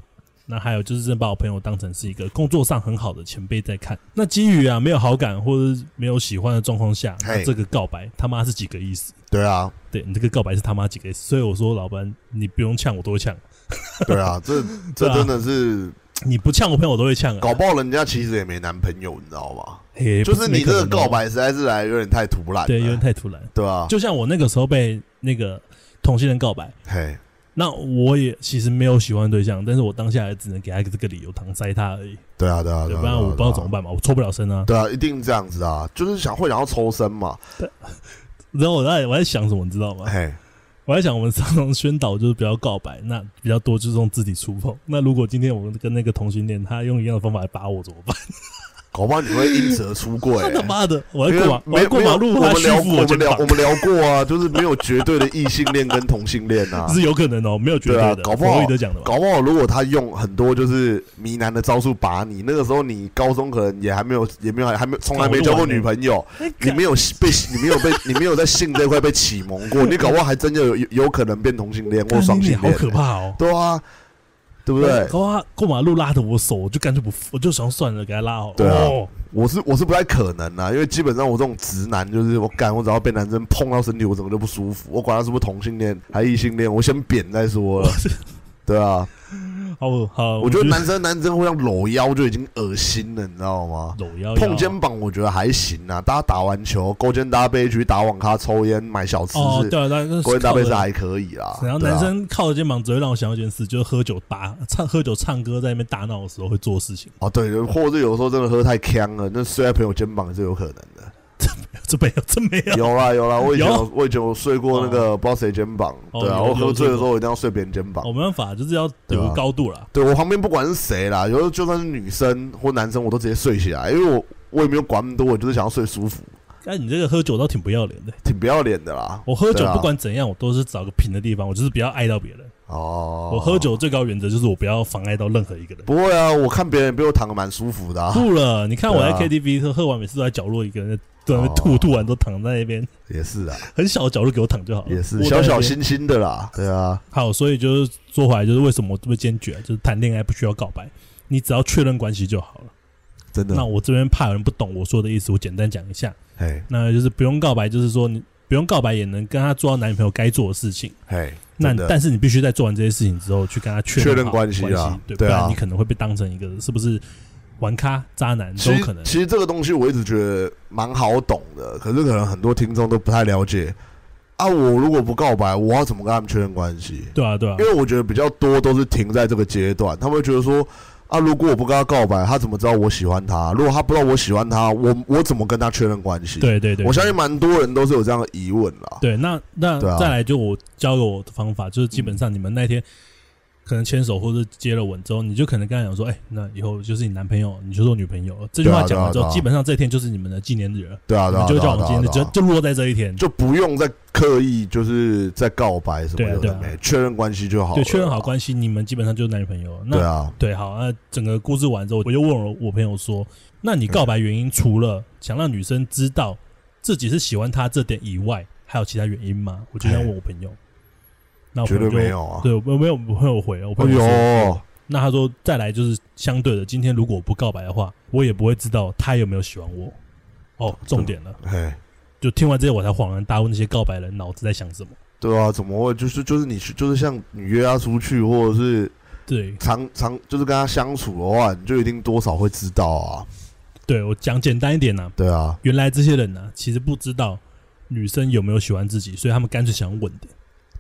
Speaker 1: 那还有就是，真的把我朋友当成是一个工作上很好的前辈在看。那基于啊没有好感或者是没有喜欢的状况下，那
Speaker 2: 嘿
Speaker 1: 这个告白他妈是几个意思？
Speaker 2: 对啊，
Speaker 1: 对你这个告白是他妈几个意思？所以我说老班，你不用呛我都会呛，
Speaker 2: 对啊，
Speaker 1: (laughs)
Speaker 2: 这
Speaker 1: 对
Speaker 2: 这
Speaker 1: 啊
Speaker 2: 真的是
Speaker 1: 你不呛我朋友我都会呛、啊。
Speaker 2: 搞不好人家其实也没男朋友，你知道吗？
Speaker 1: 嘿
Speaker 2: 就是你这个告，
Speaker 1: 不
Speaker 2: 啊
Speaker 1: 没可能哦
Speaker 2: 白实在是来有点太突然了，
Speaker 1: 对，有点太突然。
Speaker 2: 对吧？啊
Speaker 1: 就像我那个时候被那个同性恋告白。
Speaker 2: 嘿，
Speaker 1: 那我也其实没有喜欢对象，但是我当下也只能给他这个理由搪塞他而已，
Speaker 2: 对啊，对啊，
Speaker 1: 对，
Speaker 2: 对啊，
Speaker 1: 不然我不知道怎么
Speaker 2: 办。
Speaker 1: 办嘛，我抽不了身啊。
Speaker 2: 对啊，一定这样子啊，就是想会想要抽身嘛，
Speaker 1: 然后我在我在想什么，你知道吗？
Speaker 2: 嘿，
Speaker 1: 我在想，我们常常宣导就是不要告白，那比较多就是用肢体触碰。那如果今天我跟那个同性恋他用一样的方法来把我怎么办？
Speaker 2: 搞不好你会因此而出柜、
Speaker 1: 他妈的，我
Speaker 2: 因
Speaker 1: 要
Speaker 2: 为
Speaker 1: 过马，我
Speaker 2: 没
Speaker 1: 要过
Speaker 2: 没有
Speaker 1: 马路，
Speaker 2: 我
Speaker 1: 他
Speaker 2: 们
Speaker 1: 欺
Speaker 2: 聊
Speaker 1: 负
Speaker 2: 我们
Speaker 1: 肩
Speaker 2: 聊
Speaker 1: 膀，
Speaker 2: 我，们聊过啊，就是没有绝对的异性恋跟同性恋
Speaker 1: (laughs)
Speaker 2: 啊
Speaker 1: 是有可能哦，没有绝
Speaker 2: 对啊
Speaker 1: 的，
Speaker 2: 搞不
Speaker 1: 弗洛
Speaker 2: 好
Speaker 1: 伊德讲的嘛。
Speaker 2: 搞不好如果他用很多就是迷男的招数把你，那个时候你高中可能也还没有也没有还没有从来没交过女朋友，你没有被你没有被你没有在性这一块被启蒙
Speaker 1: (laughs)
Speaker 2: 过，你搞不好还真的有有有可能变同性恋或
Speaker 1: 干
Speaker 2: 双
Speaker 1: 你
Speaker 2: 性
Speaker 1: 好
Speaker 2: 恋，
Speaker 1: 可怕哦！
Speaker 2: 对啊，对不对？
Speaker 1: 搞不好他过马路拉着我手，我就干脆不，我就想算了，给他拉好了。
Speaker 2: 对啊
Speaker 1: 哦
Speaker 2: 我是我是不太可能啦，因为基本上我这种直男，就是我干，我只要被男生碰到身体，我整个就不舒服。我管他是不是同性恋还异性恋，我先扁再说了。对啊，
Speaker 1: 好好，
Speaker 2: 我觉
Speaker 1: 就
Speaker 2: 得男生男生互相搂腰就已经恶心了，你知道吗？
Speaker 1: 搂腰
Speaker 2: 碰肩膀我觉得还行啊，大家打完球勾肩搭背去打网咖、抽烟、买小吃
Speaker 1: 哦，
Speaker 2: 是，
Speaker 1: 对啊，那
Speaker 2: 勾肩搭背是
Speaker 1: 然
Speaker 2: 还可以啦。
Speaker 1: 后
Speaker 2: 对啊
Speaker 1: 男生靠着肩膀只会让我想到一件事，就是喝酒打唱喝酒唱歌在那边大闹的时候会做的事情，
Speaker 2: 哦，对，或者是有时候真的喝太呛了，那睡在朋友肩膀也是有可能的。
Speaker 1: 这没有，这没有。
Speaker 2: (laughs) 有啦有啦，我以前
Speaker 1: 有
Speaker 2: 有我以前有睡过那个不知道谁肩膀，
Speaker 1: 哦
Speaker 2: 对啊，
Speaker 1: 有
Speaker 2: 我喝醉的
Speaker 1: 有哦
Speaker 2: 时候我一定要睡别人肩膀
Speaker 1: 我、。没办法，就是要
Speaker 2: 对
Speaker 1: 有
Speaker 2: 啊
Speaker 1: 个高度啦。
Speaker 2: 对我旁边不管是谁啦，有时候就算是女生或男生，我都直接睡起来，因为我我也没有管那么多，我就是想要睡舒服，
Speaker 1: 但你这个喝酒倒挺不要脸的。
Speaker 2: 挺不要脸的啦。
Speaker 1: 我喝酒
Speaker 2: 啊对啊
Speaker 1: 不管怎样，我都是找个平的地方，我就是不要碍到别人。
Speaker 2: 哦，
Speaker 1: 我喝酒最高原则就是我不要妨碍到任何一个人。
Speaker 2: 不会啊，我看别人被我躺的蛮舒服的、啊，
Speaker 1: 吐了，你看我在
Speaker 2: 对啊
Speaker 1: KTV 喝喝完，每次都在角落一个人在在那边
Speaker 2: 哦
Speaker 1: 吐，吐完都躺在那边， (laughs)
Speaker 2: 也是啊，
Speaker 1: 很小的角落给我躺就好了。
Speaker 2: 也是
Speaker 1: 窝在
Speaker 2: 小
Speaker 1: 那边
Speaker 2: 小。心心的啦，对啊，
Speaker 1: 好，所以就是说回来，就是为什么我这么坚决，啊就是谈恋爱不需要告白，你只要确认关系就好了。
Speaker 2: 真
Speaker 1: 那
Speaker 2: 的，
Speaker 1: 我这边怕有人不懂我说的意思，我简单讲一下。
Speaker 2: 嘿，
Speaker 1: 那就是不用告白，就是说你不用告白也能跟他做到男女朋友该做的事情。
Speaker 2: 嘿，
Speaker 1: 那
Speaker 2: 真
Speaker 1: 你
Speaker 2: 的
Speaker 1: 但是你必须在做完这些事情之后，去跟他确
Speaker 2: 确认
Speaker 1: 认好
Speaker 2: 关
Speaker 1: 关
Speaker 2: 系啊
Speaker 1: 对，不
Speaker 2: 对啊
Speaker 1: 然你可能会被当成一个是不是玩咖、渣男都
Speaker 2: 其
Speaker 1: 有可
Speaker 2: 实
Speaker 1: 能。
Speaker 2: 其实这个东西我一直觉得蛮好懂的，可是可能很多听众都不太了解啊。我如果不告白，我要怎么跟他们确认关系？
Speaker 1: 对啊，对啊
Speaker 2: 因，为我觉得比较多都是停在这个阶段，他们会觉得说啊，如果我不跟他告白，他怎么知道我喜欢他？如果他不知道我喜欢他，我我怎么跟他确认关系？，
Speaker 1: 对对对，
Speaker 2: 我相信蛮多人都是有这样的疑问啦。
Speaker 1: 对。那那
Speaker 2: 对啊
Speaker 1: 再来，就我教给我的方法，就是基本上你们那天可能牵手或者接了吻之后，你就可能跟他讲说，哎，那以后就是你男朋友，你就是我女朋友。这句
Speaker 2: 对
Speaker 1: 话
Speaker 2: 啊
Speaker 1: 讲完之
Speaker 2: 对啊对
Speaker 1: 后，
Speaker 2: 啊
Speaker 1: 基本上这一天就是你们的纪念日了，
Speaker 2: 对啊，
Speaker 1: 你
Speaker 2: 对啊，
Speaker 1: 们就
Speaker 2: 对
Speaker 1: 叫
Speaker 2: 啊
Speaker 1: 我们
Speaker 2: 对
Speaker 1: 纪
Speaker 2: 啊
Speaker 1: 念日，
Speaker 2: 对
Speaker 1: 就
Speaker 2: 啊
Speaker 1: 就落在这一天。
Speaker 2: 就不用再刻意就是在告白什么
Speaker 1: 对啊
Speaker 2: 有
Speaker 1: 对
Speaker 2: 的
Speaker 1: 啊
Speaker 2: 没，确认关系就好了啦。
Speaker 1: 对，确认好关系，你们基本上就是男女朋友。那
Speaker 2: 对啊，
Speaker 1: 对，好，那整个故事完之后，我就问了我朋友说：“那你告白原因除了想让女生知道自己是喜欢她这点以外，还有其他原因吗？”我就这样问我朋友。那我
Speaker 2: 绝
Speaker 1: 朋友
Speaker 2: 对
Speaker 1: 就
Speaker 2: 没。有啊。
Speaker 1: 对，我没有我朋友回，啊我
Speaker 2: 哎
Speaker 1: 朋友说
Speaker 2: 呦，
Speaker 1: 那他说再来就是相对的，今天如果我不告白的话，我也不会知道他有没有喜欢我。哦，重点了，
Speaker 2: 嘿，
Speaker 1: 就听完这些我才恍然大悟，那些告白人脑子在想什么。
Speaker 2: 对啊，怎么会？就是就是你去，就是像你约他出去，或者是
Speaker 1: 对，
Speaker 2: 常常就是跟他相处的话，你就一定多少会知道啊。
Speaker 1: 对我讲简单一点呢、
Speaker 2: 对啊，
Speaker 1: 原来这些人呢、其实不知道女生有没有喜欢自己，所以他们干脆想稳的。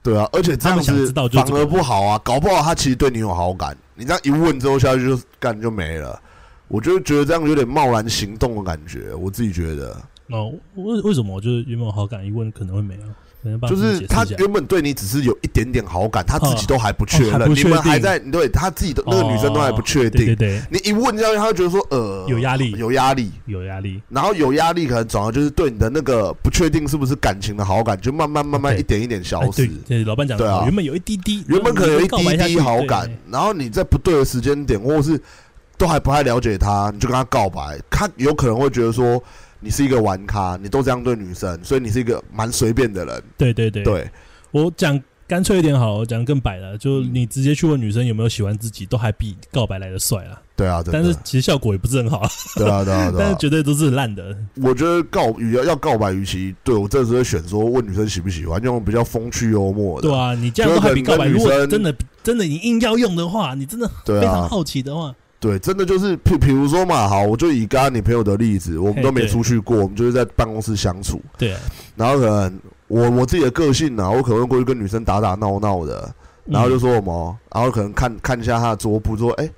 Speaker 2: 对啊，而且这样
Speaker 1: 他们想
Speaker 2: 子
Speaker 1: 知道就
Speaker 2: 反
Speaker 1: 是这个
Speaker 2: 而不好啊，搞不好他其实对你有好感，你这样一问之后下去就干就没了。我就觉得这样有点贸然行动的感觉，我自己觉得，
Speaker 1: 哦，为为什么我就是原本有好感，一问可能会没有，可能帮
Speaker 2: 就
Speaker 1: 自己
Speaker 2: 是
Speaker 1: 解
Speaker 2: 他
Speaker 1: 释一下。
Speaker 2: 原本对你只是有一点点好感，他自己都还不
Speaker 1: 哦
Speaker 2: 确认，
Speaker 1: 还不
Speaker 2: 你
Speaker 1: 确定
Speaker 2: 们还在对他自己的那个女生都还不确
Speaker 1: 哦对
Speaker 2: 定，
Speaker 1: 对对，
Speaker 2: 你一问下去，他就觉得说呃
Speaker 1: 有压力
Speaker 2: 有压力，
Speaker 1: 有压力。
Speaker 2: 然后有压力可能转而就是对你的那个不确定是不是感情的好感，就慢慢慢慢
Speaker 1: 对
Speaker 2: 一点一点消
Speaker 1: 哎，对
Speaker 2: 失。，
Speaker 1: 对，老板讲
Speaker 2: 对
Speaker 1: 的
Speaker 2: 啊
Speaker 1: 好，原本有一滴滴，
Speaker 2: 原本可能有一
Speaker 1: 你告白
Speaker 2: 滴
Speaker 1: 一下去
Speaker 2: 滴好感，然后你在不对的时间点，或者是都还不太了解他，你就跟他告白，他有可能会觉得说你是一个玩咖，你都这样对女生，所以你是一个蛮随便的人。
Speaker 1: 对对对。
Speaker 2: 对，
Speaker 1: 我讲干脆一点好了，我讲更白了，就
Speaker 2: 嗯
Speaker 1: 你直接去问女生有没有喜欢自己，都还比告白来的帅啦。
Speaker 2: 对啊，真
Speaker 1: 但
Speaker 2: 的
Speaker 1: 是，其实效果也不是很好，
Speaker 2: 对啊，对啊，对
Speaker 1: (laughs) 但是
Speaker 2: 啊。
Speaker 1: 绝对都是烂的。
Speaker 2: 我觉得告与要要告白，与其对我这时候选说问女生喜不喜欢，用比较风趣幽默的，
Speaker 1: 对啊，你这样都还比告白，
Speaker 2: 就是
Speaker 1: 如
Speaker 2: 可能跟女生
Speaker 1: 果真的真的你硬要用的话，你真的
Speaker 2: 对
Speaker 1: 非常
Speaker 2: 啊，
Speaker 1: 好奇的话，
Speaker 2: 对，真的就是，譬比如说嘛，好，我就以刚刚你朋友的例子，我们
Speaker 1: 嘿
Speaker 2: 都没
Speaker 1: 对嗯
Speaker 2: 出去过，我们就是在办公室相处，
Speaker 1: 对啊，
Speaker 2: 然后可能我我自己的个性啊，我可能会过去跟女生打打闹闹的，
Speaker 1: 嗯
Speaker 2: 然后就说什么，然后可能看看一下她的桌布，说，哎、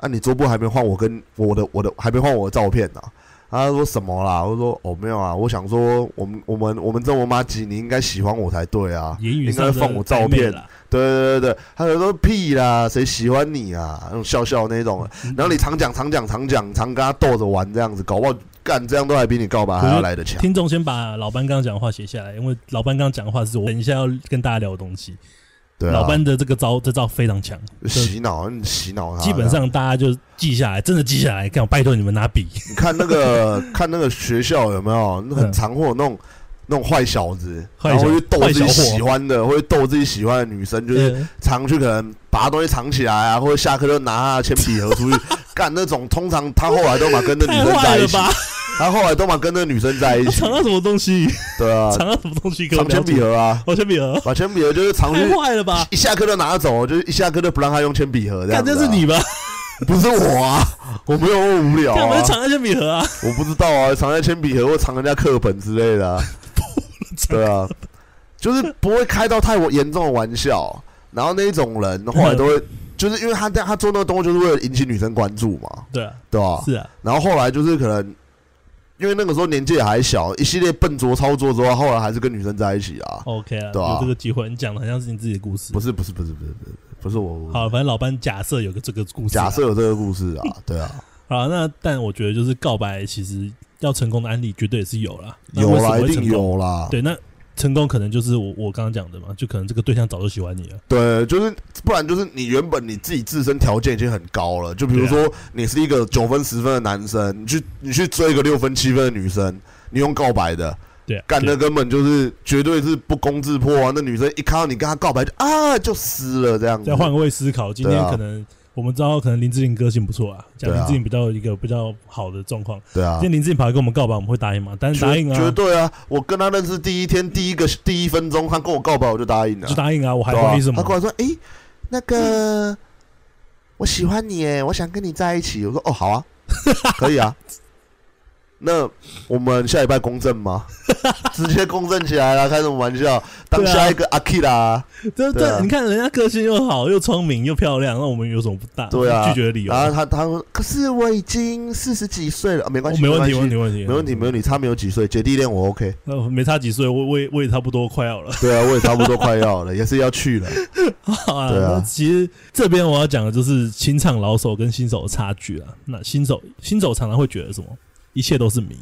Speaker 2: 啊，你桌布还没换我跟我的我的还没换我的照片呢、啊。他说什么啦？我说哦没有啊，我想说我们我们我们这么妈鸡，你应该喜欢我才对啊。
Speaker 1: 言语
Speaker 2: 应该
Speaker 1: 上
Speaker 2: 放我照片啊
Speaker 1: 了。
Speaker 2: 对对对对，他有说屁啦，谁喜欢你啊？那种笑笑那种，
Speaker 1: 嗯
Speaker 2: 然后你常讲常讲常讲，常跟他斗着玩这样子，搞不好干这样都还比你告白还要来得强。
Speaker 1: 听众先把老班刚刚讲的话写下来，因为老班刚刚讲的话是我等一下要跟大家聊的东西。
Speaker 2: 对啊，
Speaker 1: 老班的这个招，这招非常强，
Speaker 2: 洗脑，你洗脑他。
Speaker 1: 基本上大家就记下来，真的记下来。看我拜托你们拿笔，
Speaker 2: 你看
Speaker 1: (laughs)
Speaker 2: 那个看那个学校有没有，那很常会有那种那种坏小子，
Speaker 1: 嗯坏
Speaker 2: 然
Speaker 1: 小
Speaker 2: 后会去逗
Speaker 1: 坏
Speaker 2: 自
Speaker 1: 小
Speaker 2: 己
Speaker 1: 货
Speaker 2: 喜欢的，会逗自己喜欢的女生，就是
Speaker 1: (laughs) 呃
Speaker 2: 常去可能把他东西藏起来啊，或者下课就拿他的铅笔盒
Speaker 1: (laughs)
Speaker 2: 出去干那种。通常他后来都嘛跟那女
Speaker 1: 太
Speaker 2: 生
Speaker 1: 坏
Speaker 2: 在一
Speaker 1: 了
Speaker 2: 起，
Speaker 1: 吧？
Speaker 2: 他后来都嘛跟那女生在一
Speaker 1: 他 (laughs)
Speaker 2: 起
Speaker 1: 藏，到什么东西？
Speaker 2: 对 (laughs) 啊，
Speaker 1: 藏到什么东西？给我
Speaker 2: 藏铅笔
Speaker 1: 了，
Speaker 2: 盒啊，
Speaker 1: 我铅笔盒，
Speaker 2: 把铅笔盒就是藏去
Speaker 1: (laughs) 太坏了吧？
Speaker 2: 一下课就拿走，就是一下课就不让他用铅笔盒这样
Speaker 1: 看
Speaker 2: 子
Speaker 1: 这
Speaker 2: 啊。
Speaker 1: 是你吧？
Speaker 2: 不是我啊， (laughs) 我没有那么无聊
Speaker 1: 看我
Speaker 2: 啊
Speaker 1: 们，藏在铅笔
Speaker 2: (laughs)
Speaker 1: 盒啊？
Speaker 2: 我不知道啊，藏在铅笔盒或藏人家课本之类的啊、对啊，就是不会开到太严重的玩笑。然后那种人后来都会，就是因为他他做那个动作就是为了引起女生关注嘛，
Speaker 1: 对啊，
Speaker 2: 对吧、
Speaker 1: 是啊，
Speaker 2: 然后后来就是可能，因为那个时候年纪也还小，一系列笨拙操作之后，后来还是跟女生在一起啊。
Speaker 1: OK 啊，
Speaker 2: 对啊
Speaker 1: 有这个机会，你讲的很像是你自己的故事
Speaker 2: 不。是不是不是不是不是不是我
Speaker 1: 好，反正老班假设有个这个故事啊，
Speaker 2: 假设有这个故事
Speaker 1: 嗯
Speaker 2: 啊，对啊，
Speaker 1: 好，那但我觉得就是告白，其实要成功的案例绝对也是有啦，那
Speaker 2: 有
Speaker 1: 为什么
Speaker 2: 啦，
Speaker 1: 会
Speaker 2: 一定
Speaker 1: 成功。
Speaker 2: 有啊啦，
Speaker 1: 对，那成功可能就是我我刚刚讲的嘛，就可能这个对象早就喜欢你了，
Speaker 2: 对，就是不然就是你原本你自己自身条件已经很高了，就比如
Speaker 1: 啊
Speaker 2: 说你是一个九分十分的男生，你去你去追一个六分七分的女生，你用告白的，
Speaker 1: 对啊，
Speaker 2: 干
Speaker 1: 对
Speaker 2: 那根本就是绝对是不攻自破啊！那女生一看到你跟她告白就啊就撕了这样子
Speaker 1: 再，换个位思考，今
Speaker 2: 对
Speaker 1: 天
Speaker 2: 啊
Speaker 1: 可能、我们知道，可能林志玲个性不错啊，讲
Speaker 2: 对啊
Speaker 1: 林志玲比较一个比较好的状况。
Speaker 2: 对啊
Speaker 1: 今，天林志玲跑来跟我们告白，我们会答应吗？当然
Speaker 2: 绝
Speaker 1: 答应
Speaker 2: 绝
Speaker 1: 啊，
Speaker 2: 对啊！我跟她认识第一天第一个第一分钟，她跟我告白我就答应了
Speaker 1: 就，答应啊，我还
Speaker 2: 对啊
Speaker 1: 怀疑什么
Speaker 2: 她？跟我说：“诶，那个我喜欢你，诶，我想跟你在一起。”我说：“哦，
Speaker 1: (laughs)
Speaker 2: 好啊，可以啊。”那我们下礼拜公
Speaker 1: (laughs)
Speaker 2: 证吗？直接公证起来了，开什么玩笑？当
Speaker 1: 对啊
Speaker 2: 下一个阿 k i r a
Speaker 1: 对
Speaker 2: 对啊
Speaker 1: 对，你看人家个性又好，又聪明又漂亮，那我们有什么不大
Speaker 2: 对啊
Speaker 1: 拒绝的理由？
Speaker 2: 然后他他说：“可是我已经四十几岁了，啊没关
Speaker 1: 哦
Speaker 2: 系，
Speaker 1: 没问题，
Speaker 2: 没
Speaker 1: 没
Speaker 2: 关
Speaker 1: 问
Speaker 2: 系
Speaker 1: 题，没问题，
Speaker 2: 没问题，没问题。差没有几岁，姐弟恋我 OK。
Speaker 1: 呃，没差几岁，我我也我也差不多快要了。 (laughs)
Speaker 2: 对啊，我也差不多快要了，也是要去了。
Speaker 1: 啊，
Speaker 2: 对啊
Speaker 1: 那其实这边我要讲的就是情场老手跟新手的差距啊。那新手新手常常会觉得什么，一切都是谜，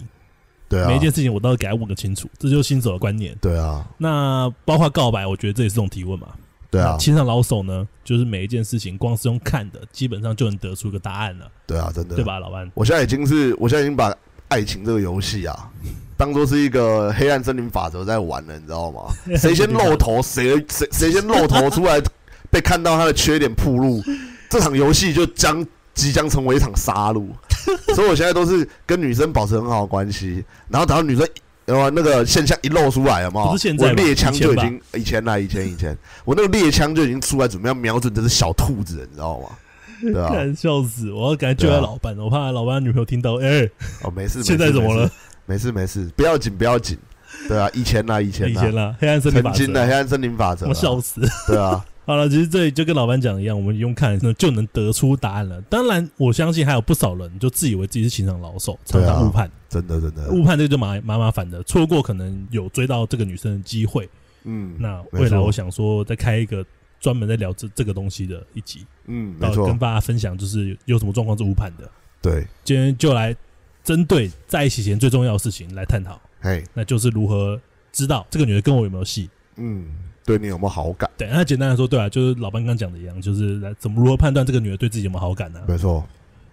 Speaker 2: 对啊
Speaker 1: 每一，件事情我都要给他问个清楚，这就是新手的观念。
Speaker 2: 对啊，
Speaker 1: 那包括告白，我觉得这也是种提问嘛。
Speaker 2: 对啊
Speaker 1: 那，情场老手呢，就是每一件事情光是用看的，基本上就能得出个答案了，
Speaker 2: 对啊，真的。
Speaker 1: 对吧，老班？
Speaker 2: 我现在已经是，我现在已经把爱情这个游戏啊， (laughs) 当做是一个黑暗森林法则在玩了，你知道
Speaker 1: (laughs)
Speaker 2: 吗？谁先露头，谁谁谁先露头出来，被看到他的缺点暴
Speaker 1: (laughs)
Speaker 2: 露，这场游戏就将即将成为一场
Speaker 1: (laughs)
Speaker 2: 杀戮。所以我现在都是跟女生保持很好的关系，然后等到女生。呃，那个现象一露出来了嘛，
Speaker 1: 不是现在
Speaker 2: 我
Speaker 1: 吧
Speaker 2: 猎枪就已经
Speaker 1: 以
Speaker 2: 以前啦，以前以前，我那个猎枪就已经出来，准备要瞄准这只小兔子了，你知道吗？对
Speaker 1: (laughs)
Speaker 2: 啊，
Speaker 1: 看笑死！我要赶紧救
Speaker 2: 对
Speaker 1: 下
Speaker 2: 啊
Speaker 1: 老班，我怕老班女朋友听到。哎、
Speaker 2: 哦，没事，没事
Speaker 1: 现在怎么了？
Speaker 2: 没事没事，不要紧不要紧。对啊，以前啦以前
Speaker 1: 以
Speaker 2: 啦，
Speaker 1: 前啦，黑暗森林法
Speaker 2: 啊曾
Speaker 1: 则
Speaker 2: 经，的黑暗森林法则啦
Speaker 1: 我，笑死。
Speaker 2: 对啊，
Speaker 1: 好了，其实这里就跟老班讲的一样，我们用看就能得出答案了。当然，我相信还有不少人就自以为自己是情场老手，常
Speaker 2: 对啊啊
Speaker 1: 常误判，
Speaker 2: 真的
Speaker 1: (laughs)
Speaker 2: 真的，
Speaker 1: 误判这个就蛮蛮麻烦的，错过可能有追到这个女生的机会。
Speaker 2: 嗯，
Speaker 1: 那
Speaker 2: 没
Speaker 1: 未来
Speaker 2: 错
Speaker 1: 我想说，再开一个专门在聊这这个东西的一集，
Speaker 2: 嗯，没
Speaker 1: 到跟
Speaker 2: 错，
Speaker 1: 大家分享，就是有什么状况是误判的。
Speaker 2: 对，
Speaker 1: 今天就来针对在一起前最重要的事情来探讨，
Speaker 2: 嘿，
Speaker 1: 那就是如何知道这个女的跟我有没有戏。
Speaker 2: 嗯，对你有没有好感？
Speaker 1: 对，那简单来说，对啊，就是老班刚讲的一样，就是来怎么如何判断这个女的对自己有没有好感呢、啊
Speaker 2: 没错，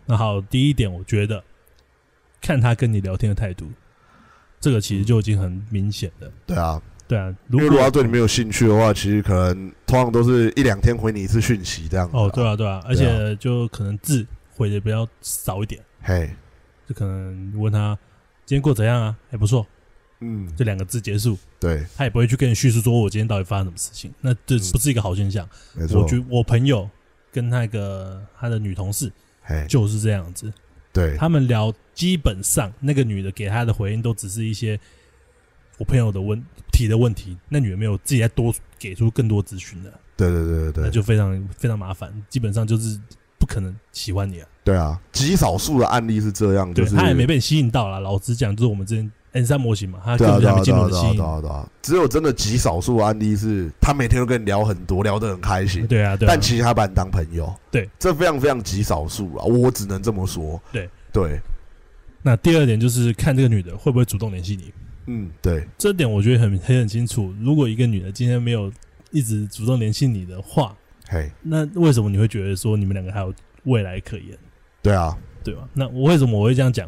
Speaker 1: 那好，第一点，我觉得看他跟你聊天的态度，这个其实就已经很明显了。
Speaker 2: 对啊，
Speaker 1: 对啊，
Speaker 2: 因
Speaker 1: 如
Speaker 2: 为
Speaker 1: 果
Speaker 2: 如果他对你没有兴趣的话，其实可能通常都是一两天回你一次讯息这样子。
Speaker 1: 哦，对，啊，对啊，而且就可能字回的比较少一点，
Speaker 2: 嘿，
Speaker 1: 就可能问他今天过怎样啊，还不错，
Speaker 2: 嗯，
Speaker 1: 这两个字结束，
Speaker 2: 对，
Speaker 1: 他也不会去跟你叙述说我今天到底发生什么事情，那这
Speaker 2: 嗯
Speaker 1: 不是一个好现象。
Speaker 2: 没
Speaker 1: 我
Speaker 2: 错，
Speaker 1: 觉我朋友跟那个他的女同事
Speaker 2: 嘿，
Speaker 1: 就是这样子，
Speaker 2: 对，
Speaker 1: 他们聊，基本上那个女的给他的回应都只是一些我朋友的问，提的问题，那女人没有自己再多给出更多咨询的，
Speaker 2: 对对对
Speaker 1: 那
Speaker 2: 对对，
Speaker 1: 就非常非常麻烦，基本上就是不可能喜欢你啊。
Speaker 2: 对啊，极少数的案例是这样，
Speaker 1: 对
Speaker 2: 就是
Speaker 1: 他也没被你吸引到啦。老实讲，就是我们之前 N 三模型嘛，他
Speaker 2: 对
Speaker 1: 根
Speaker 2: 啊
Speaker 1: 本
Speaker 2: 对
Speaker 1: 就还
Speaker 2: 啊
Speaker 1: 没进入我的
Speaker 2: 对啊对
Speaker 1: 吸
Speaker 2: 啊
Speaker 1: 引
Speaker 2: 对。啊对啊，只有真的极少数的案例是他每天都跟你聊很多，聊得很开心，
Speaker 1: 对 (laughs) 啊，对啊
Speaker 2: 但。其实他把你当朋友，
Speaker 1: 对，
Speaker 2: 这非常非常极少数啊，我只能这么说，
Speaker 1: 对
Speaker 2: 对，
Speaker 1: 那第二点就是看这个女的会不会主动联系你，
Speaker 2: 嗯对，
Speaker 1: 这点我觉得很很很清楚。如果一个女的今天没有一直主动联系你的话，
Speaker 2: 嘿，
Speaker 1: 那为什么你会觉得说你们两个还有未来可言，
Speaker 2: 对啊，
Speaker 1: 对吧？那我为什么我会这样讲？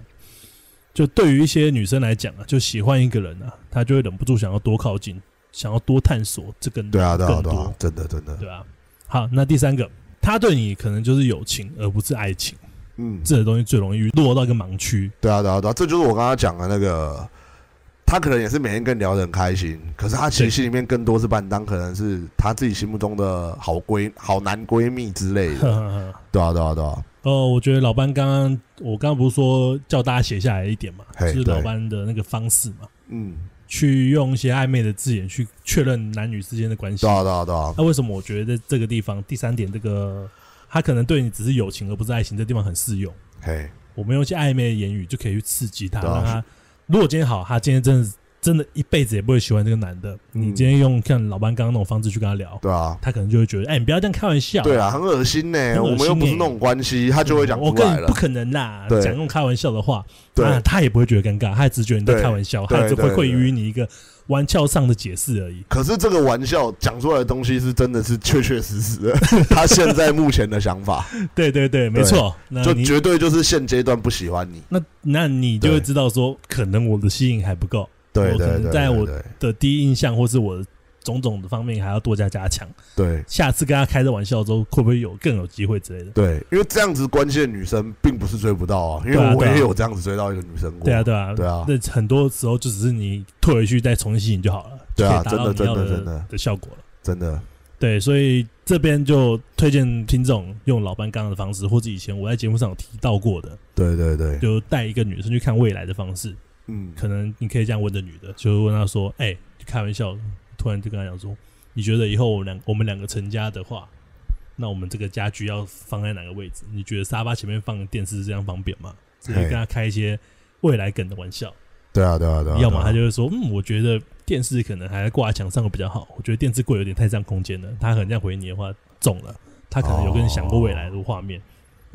Speaker 1: 就对于一些女生来讲啊，就喜欢一个人啊，她就会忍不住想要多靠近，想要多探索这个人
Speaker 2: 对啊对啊
Speaker 1: 更
Speaker 2: 对
Speaker 1: 多
Speaker 2: 啊，，真的真的，
Speaker 1: 对吧、好，那第三个，她对你可能就是友情而不是爱情，
Speaker 2: 嗯，
Speaker 1: 这个东西最容易落到一个盲区。 (laughs)
Speaker 2: 对啊，对啊，对啊，这就是我刚刚讲的那个，他可能也是每天跟你聊得很开心，可是他其实
Speaker 1: 对
Speaker 2: 心里面更多是把你当可能是他自己心目中的好闺、好男闺蜜之类
Speaker 1: 呵 (laughs)
Speaker 2: 的。
Speaker 1: 呵呵
Speaker 2: 对啊，对啊，对啊，
Speaker 1: 呃，我觉得老班刚刚，我刚刚不是说叫大家写下来一点嘛，就
Speaker 2: 嘿
Speaker 1: 是老
Speaker 2: 对
Speaker 1: 班的那个方式嘛，
Speaker 2: 嗯，
Speaker 1: 去用一些暧昧的字眼去确认男女之间的关系
Speaker 2: 对。啊，对啊，对啊，
Speaker 1: 那为什么我觉得在这个地方第三点，这个他可能对你只是友情而不是爱情，这地方很适用。
Speaker 2: 嘿，
Speaker 1: 我们用一些暧昧的言语就可以去刺激他，
Speaker 2: 对啊
Speaker 1: 让他如果今天好，他今天真的真的一辈子也不会喜欢这个男的。
Speaker 2: 嗯
Speaker 1: 你今天用像老班刚刚那种方式去跟他聊，
Speaker 2: 对啊，
Speaker 1: 他可能就会觉得，哎、你不要这样开玩笑，
Speaker 2: 对啊，很恶心呢、
Speaker 1: 很恶心
Speaker 2: 我们又不是
Speaker 1: 欸嗯
Speaker 2: 那种关系，他就会讲
Speaker 1: 我
Speaker 2: 出
Speaker 1: 跟
Speaker 2: 来
Speaker 1: 你
Speaker 2: 了
Speaker 1: 不。可能啦，
Speaker 2: 对
Speaker 1: 讲那种开玩笑的话，
Speaker 2: 对
Speaker 1: 啊，他也不会觉得尴尬，他也只觉得你在
Speaker 2: 对
Speaker 1: 开玩笑，
Speaker 2: 对
Speaker 1: 他只
Speaker 2: 对
Speaker 1: 会
Speaker 2: 对
Speaker 1: 会于你一个玩笑上的解释而已。
Speaker 2: 可是这个玩笑讲出来的东西是真的是确确实实
Speaker 1: (laughs)
Speaker 2: 的，他现在目前的想法，
Speaker 1: 对对对，没错。 (laughs) 那
Speaker 2: 就
Speaker 1: 你
Speaker 2: 绝对就是现阶段不喜欢你。
Speaker 1: 那那你就会
Speaker 2: 对
Speaker 1: 知道说，可能我的吸引还不够
Speaker 2: 对
Speaker 1: 我可
Speaker 2: 对
Speaker 1: 能
Speaker 2: 对，
Speaker 1: 在
Speaker 2: 对
Speaker 1: 我
Speaker 2: 对
Speaker 1: 的第一印象，或是我的种种的方面还要多加加强。
Speaker 2: 对，
Speaker 1: 下次跟他开这玩笑之后，会不会有更有机会之类的？
Speaker 2: 对，因为这样子关系的女生并不是追不到啊，因
Speaker 1: 对啊
Speaker 2: 为我
Speaker 1: 对啊
Speaker 2: 也有这样子追到一个女生过。
Speaker 1: 对啊，对啊，
Speaker 2: 对啊
Speaker 1: 那很多时候就只是你退回去再重新吸引就好了，
Speaker 2: 对啊
Speaker 1: 就可以达到
Speaker 2: 真的
Speaker 1: 你要
Speaker 2: 真的真的
Speaker 1: 的效果了。
Speaker 2: 真的，
Speaker 1: 对，所以这边就推荐听众用老班刚刚的方式，或者以前我在节目上有提到过的，
Speaker 2: 对对对，
Speaker 1: 就带一个女生去看未来的方式。
Speaker 2: 嗯，
Speaker 1: 可能你可以这样问这女的，就问她说：“哎、开玩笑，突然就跟她讲说，你觉得以后我们两我们两个成家的话，那我们这个家具要放在哪个位置？你觉得沙发前面放电视这样方便吗？”就
Speaker 2: 嘿
Speaker 1: 是跟她开一些未来梗的玩笑，
Speaker 2: 对啊对啊对啊，
Speaker 1: 要么她
Speaker 2: 对啊
Speaker 1: 就会说：“嗯，我觉得电视可能还在挂在墙上会比较好，我觉得电视柜有点太占空间了。”她可能这样回你的话中了，她可能有跟你想过未来的画面。
Speaker 2: 嗯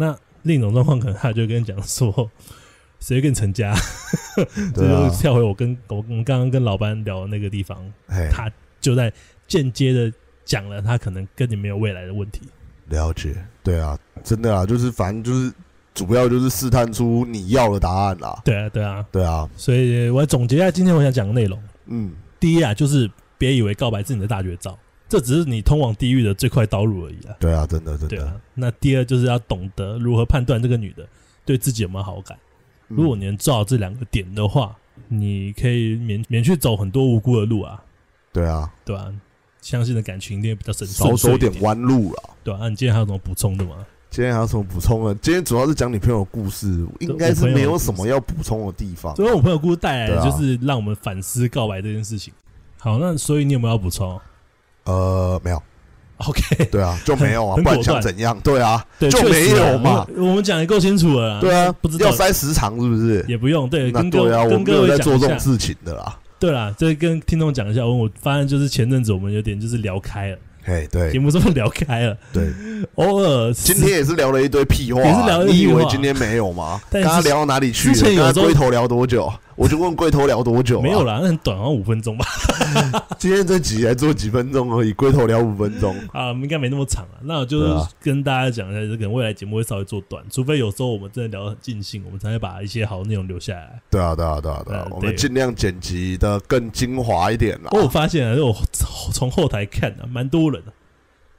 Speaker 1: 那另一种状况，可能她就会跟你讲说：“ (laughs) 谁会跟你成家？” (laughs) 这
Speaker 2: 对啊
Speaker 1: 就是，跳回我跟我我们刚刚跟老班聊的那个地方，
Speaker 2: 嘿，
Speaker 1: 他就在间接的讲了他可能跟你没有未来的问题。
Speaker 2: 了解，对啊，真的啊，就是反正就是主要就是试探出你要的答案啦，
Speaker 1: 对啊，对啊，
Speaker 2: 对啊，
Speaker 1: 所以我总结一下今天我想讲的内容。
Speaker 2: 嗯，
Speaker 1: 第一啊，就是别以为告白是你的大绝招，这只是你通往地狱的最快道路而已啊。
Speaker 2: 对啊，真的真
Speaker 1: 对
Speaker 2: 的，
Speaker 1: 啊，那第二就是要懂得如何判断这个女的对自己有没有好感。
Speaker 2: 嗯
Speaker 1: 如果你能做好这两个点的话，你可以免免去走很多无辜的路啊，
Speaker 2: 对啊，
Speaker 1: 对吧、相信的感情一定会比较顺
Speaker 2: 少走
Speaker 1: 顺遂一
Speaker 2: 点弯路了。
Speaker 1: 对啊，啊你今天还有什么补充的吗？
Speaker 2: 今天还有什么补充的？今天主要是讲你朋友的故事，应该是没有什么要补充的地方。
Speaker 1: 所以我朋友故事带来的
Speaker 2: 对啊
Speaker 1: 就是让我们反思告白这件事情。好，那所以你有没有要补充
Speaker 2: 呃，没有，
Speaker 1: ？OK，
Speaker 2: 对
Speaker 1: (laughs)
Speaker 2: 啊，就没有啊，
Speaker 1: 很
Speaker 2: 不然
Speaker 1: 果
Speaker 2: 想
Speaker 1: 断
Speaker 2: 怎样？对啊，
Speaker 1: 对，
Speaker 2: 就
Speaker 1: 确实啊
Speaker 2: 没有嘛
Speaker 1: 我们我们讲的够清楚了啦，
Speaker 2: 对啊，
Speaker 1: 不知道
Speaker 2: 要塞时长是不是？
Speaker 1: 也不用对，
Speaker 2: 那
Speaker 1: 跟各
Speaker 2: 对啊，我
Speaker 1: 跟
Speaker 2: 没
Speaker 1: 各
Speaker 2: 有在
Speaker 1: 位
Speaker 2: 做
Speaker 1: 讲一
Speaker 2: 这种
Speaker 1: 下。
Speaker 2: 事情的啦。
Speaker 1: 对啦，这跟听众讲一下，我我发现就是前阵子我们有点就是聊开了，
Speaker 2: 嘿，
Speaker 1: 节
Speaker 2: 对
Speaker 1: 目中聊开了， (laughs)
Speaker 2: 对，
Speaker 1: 偶尔
Speaker 2: 今天也是聊了一堆屁话啊、
Speaker 1: 也是聊了一堆
Speaker 2: 你
Speaker 1: 屁
Speaker 2: 以
Speaker 1: 话
Speaker 2: 为今天没有吗？
Speaker 1: 但
Speaker 2: 刚
Speaker 1: 是
Speaker 2: 刚聊到哪里去了？
Speaker 1: 之前有
Speaker 2: 刚
Speaker 1: 时候
Speaker 2: 刚龟头聊多久？我就问龟头聊多久、啊？
Speaker 1: 没有
Speaker 2: 了。
Speaker 1: 啦，那很短，好像五分钟吧，
Speaker 2: 今天这集才做几分钟而已，龟头聊五分钟。
Speaker 1: 啊，应该没那么长了。那我就
Speaker 2: 对
Speaker 1: 是
Speaker 2: 啊
Speaker 1: 跟大家讲一下，这可能未来节目会稍微做短，除非有时候我们真的聊得很尽兴，我们才会把一些好内容留下来。
Speaker 2: (laughs) 对啊，对啊，对啊，对啊，哦
Speaker 1: 呃
Speaker 2: 我们
Speaker 1: 对
Speaker 2: 尽量剪辑的更精华一点啦。
Speaker 1: 我有发现啊，因为我从后台看啊，蛮多人的、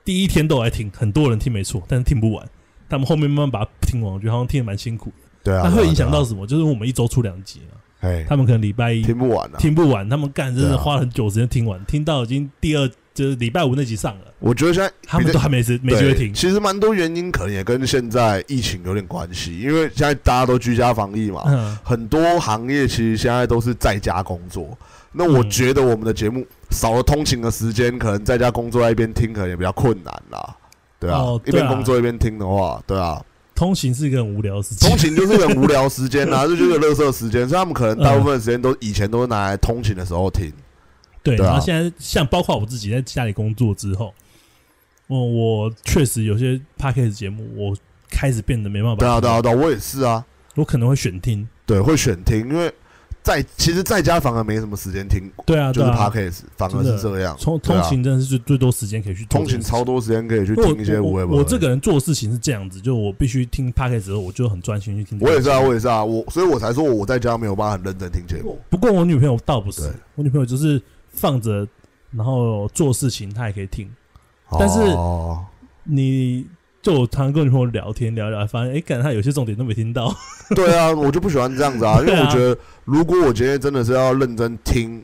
Speaker 1: 第一天都来听，很多人听没错，但是听不完。他们后面慢慢把它听完，我觉得好像听得蛮辛苦的。
Speaker 2: 对啊，
Speaker 1: 那
Speaker 2: 对
Speaker 1: 会
Speaker 2: 啊
Speaker 1: 影响到
Speaker 2: 对啊
Speaker 1: 什么？就是我们一周出两集嘛，
Speaker 2: 嘿，
Speaker 1: 他们可能礼拜一
Speaker 2: 听不完啊。
Speaker 1: 听不完，他们干真
Speaker 2: 对
Speaker 1: 的
Speaker 2: 啊
Speaker 1: 花了很久时间听完，听到已经第二就是礼拜五那集上了，
Speaker 2: 我觉得现在
Speaker 1: 他们
Speaker 2: 比
Speaker 1: 都
Speaker 2: 较
Speaker 1: 还没时没机会
Speaker 2: 对
Speaker 1: 听。
Speaker 2: 其实蛮多原因，可能也跟现在疫情有点关系，因为啊现在大家都居家防疫嘛，
Speaker 1: 嗯，
Speaker 2: 很多行业其实现在都是在家工作，那我觉得我们的节目少了通勤的时间，可能在家工作在一边听，可能也比较困难啦。对啊，
Speaker 1: 哦
Speaker 2: 一边
Speaker 1: 对啊
Speaker 2: 工作一边听的话，对啊，
Speaker 1: 通勤是一个很无聊的事情
Speaker 2: (laughs) 通。勤就是一个很无聊时间啊啦，这就是个垃圾时间，所以他们可能大部分
Speaker 1: 嗯
Speaker 2: 的时间都以前都是拿来通勤的时候听。
Speaker 1: 对，
Speaker 2: 对啊
Speaker 1: 然后现在像包括我自己在家里工作之后，嗯，我确实有些 podcast 节目，我开始变得没办法。
Speaker 2: 对啊，对啊，，对啊，我也是啊，
Speaker 1: 我可能会选听。
Speaker 2: 对，会选听，因为在其实在家反而没什么时间听，
Speaker 1: 对啊，
Speaker 2: 就
Speaker 1: 对
Speaker 2: 是
Speaker 1: 啊，
Speaker 2: podcast，反而
Speaker 1: 真
Speaker 2: 是
Speaker 1: 的
Speaker 2: 这样。
Speaker 1: 从
Speaker 2: 对
Speaker 1: 通
Speaker 2: 啊
Speaker 1: 勤真的是最最多时间可以去做
Speaker 2: 通
Speaker 1: 这件
Speaker 2: 勤
Speaker 1: 事
Speaker 2: 超多时间可以去
Speaker 1: 因为我
Speaker 2: 听一些无
Speaker 1: 我
Speaker 2: 微
Speaker 1: 我
Speaker 2: 不微
Speaker 1: 我这个人做事情是这样子，就我必须听 podcast 之后，我就很专心去听。
Speaker 2: 我也是啊，我也是啊，我所以我才说我在家没有办法很认真听节目。
Speaker 1: 不过我女朋友倒不是
Speaker 2: 对，
Speaker 1: 我女朋友就是放着，然后做事情她也可以听。但是
Speaker 2: 哦
Speaker 1: 你就我常跟我女朋友聊天聊一聊，发现哎，感觉她有些重点都没听到。 (laughs)
Speaker 2: 对啊，我就不喜欢这样子啊，因
Speaker 1: 对啊
Speaker 2: 为我觉得如果我今天真的是要认真听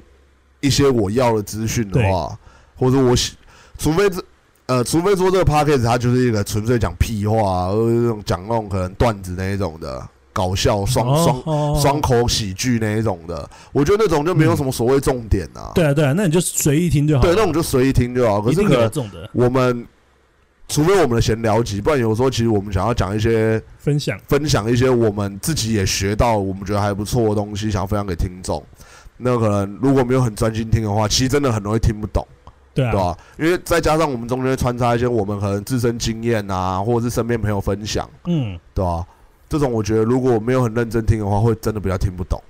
Speaker 2: 一些我要的资讯的话，或者我喜，除非这呃，除非说这个 podcast 它就是一个纯粹讲屁话、啊，或者是那种讲那种可能段子那一种的搞笑双
Speaker 1: 哦
Speaker 2: 双
Speaker 1: 双
Speaker 2: 双口喜剧那一种的，我觉得那种就没有什么所谓重点啊。
Speaker 1: 对啊，对啊，那你就随意听就好
Speaker 2: 对
Speaker 1: 了。，
Speaker 2: 那种就随意听就好。可
Speaker 1: 一
Speaker 2: 是
Speaker 1: 定
Speaker 2: 可
Speaker 1: 有
Speaker 2: 能
Speaker 1: 这种的
Speaker 2: 我们。除非我们的闲聊集，不然有时候其实我们想要讲一些
Speaker 1: 分享。
Speaker 2: 分享一些我们自己也学到，我们觉得还不错的东西，想要分享给听众。那可能如果没有很专心听的话，其实真的很容易听不懂，
Speaker 1: 对啊，
Speaker 2: 对吧、因为再加上我们中间会穿插一些我们可能自身经验啊，或者是身边朋友分享，
Speaker 1: 嗯，
Speaker 2: 对吧、这种我觉得如果没有很认真听的话，会真的比较听不懂。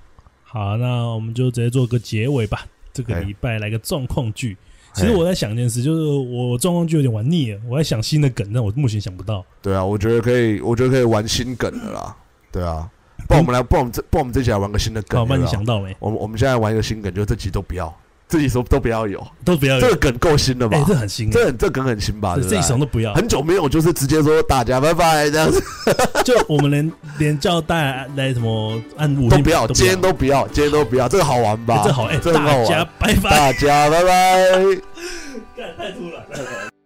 Speaker 1: 好，那我们就直接做个结尾吧。这个
Speaker 2: 哎
Speaker 1: 礼拜来个状况剧。其实
Speaker 2: 嘿
Speaker 1: 我在想一件事，就是我状况剧有点玩腻了，我在想新的梗，但我目前想不到。
Speaker 2: 对啊，我觉得可以，我觉得可以玩新梗的啦，对啊。不然我们来，不然我们这，不然我们这集来玩个新的梗。
Speaker 1: 好，那你
Speaker 2: 有没有
Speaker 1: 想，到没？
Speaker 2: 我们我们现在玩一个新梗，就这集都不要，这集都都不要有，
Speaker 1: 都不要有
Speaker 2: 这。个梗够新了吧
Speaker 1: 哎，？这很新啊，
Speaker 2: 这这梗很新吧？
Speaker 1: 这
Speaker 2: 对不
Speaker 1: 这
Speaker 2: 对
Speaker 1: 一首都不要。
Speaker 2: 很久没有，就是直接说大家拜拜这样子，
Speaker 1: 就我们连连叫大家来什么按五
Speaker 2: 都不要，今天都不要，今天都不要，这个好玩吧？
Speaker 1: 哎这好哎，
Speaker 2: 这很好
Speaker 1: 大
Speaker 2: 玩
Speaker 1: 家拜拜。
Speaker 2: 大家拜拜。
Speaker 1: 干太突然了。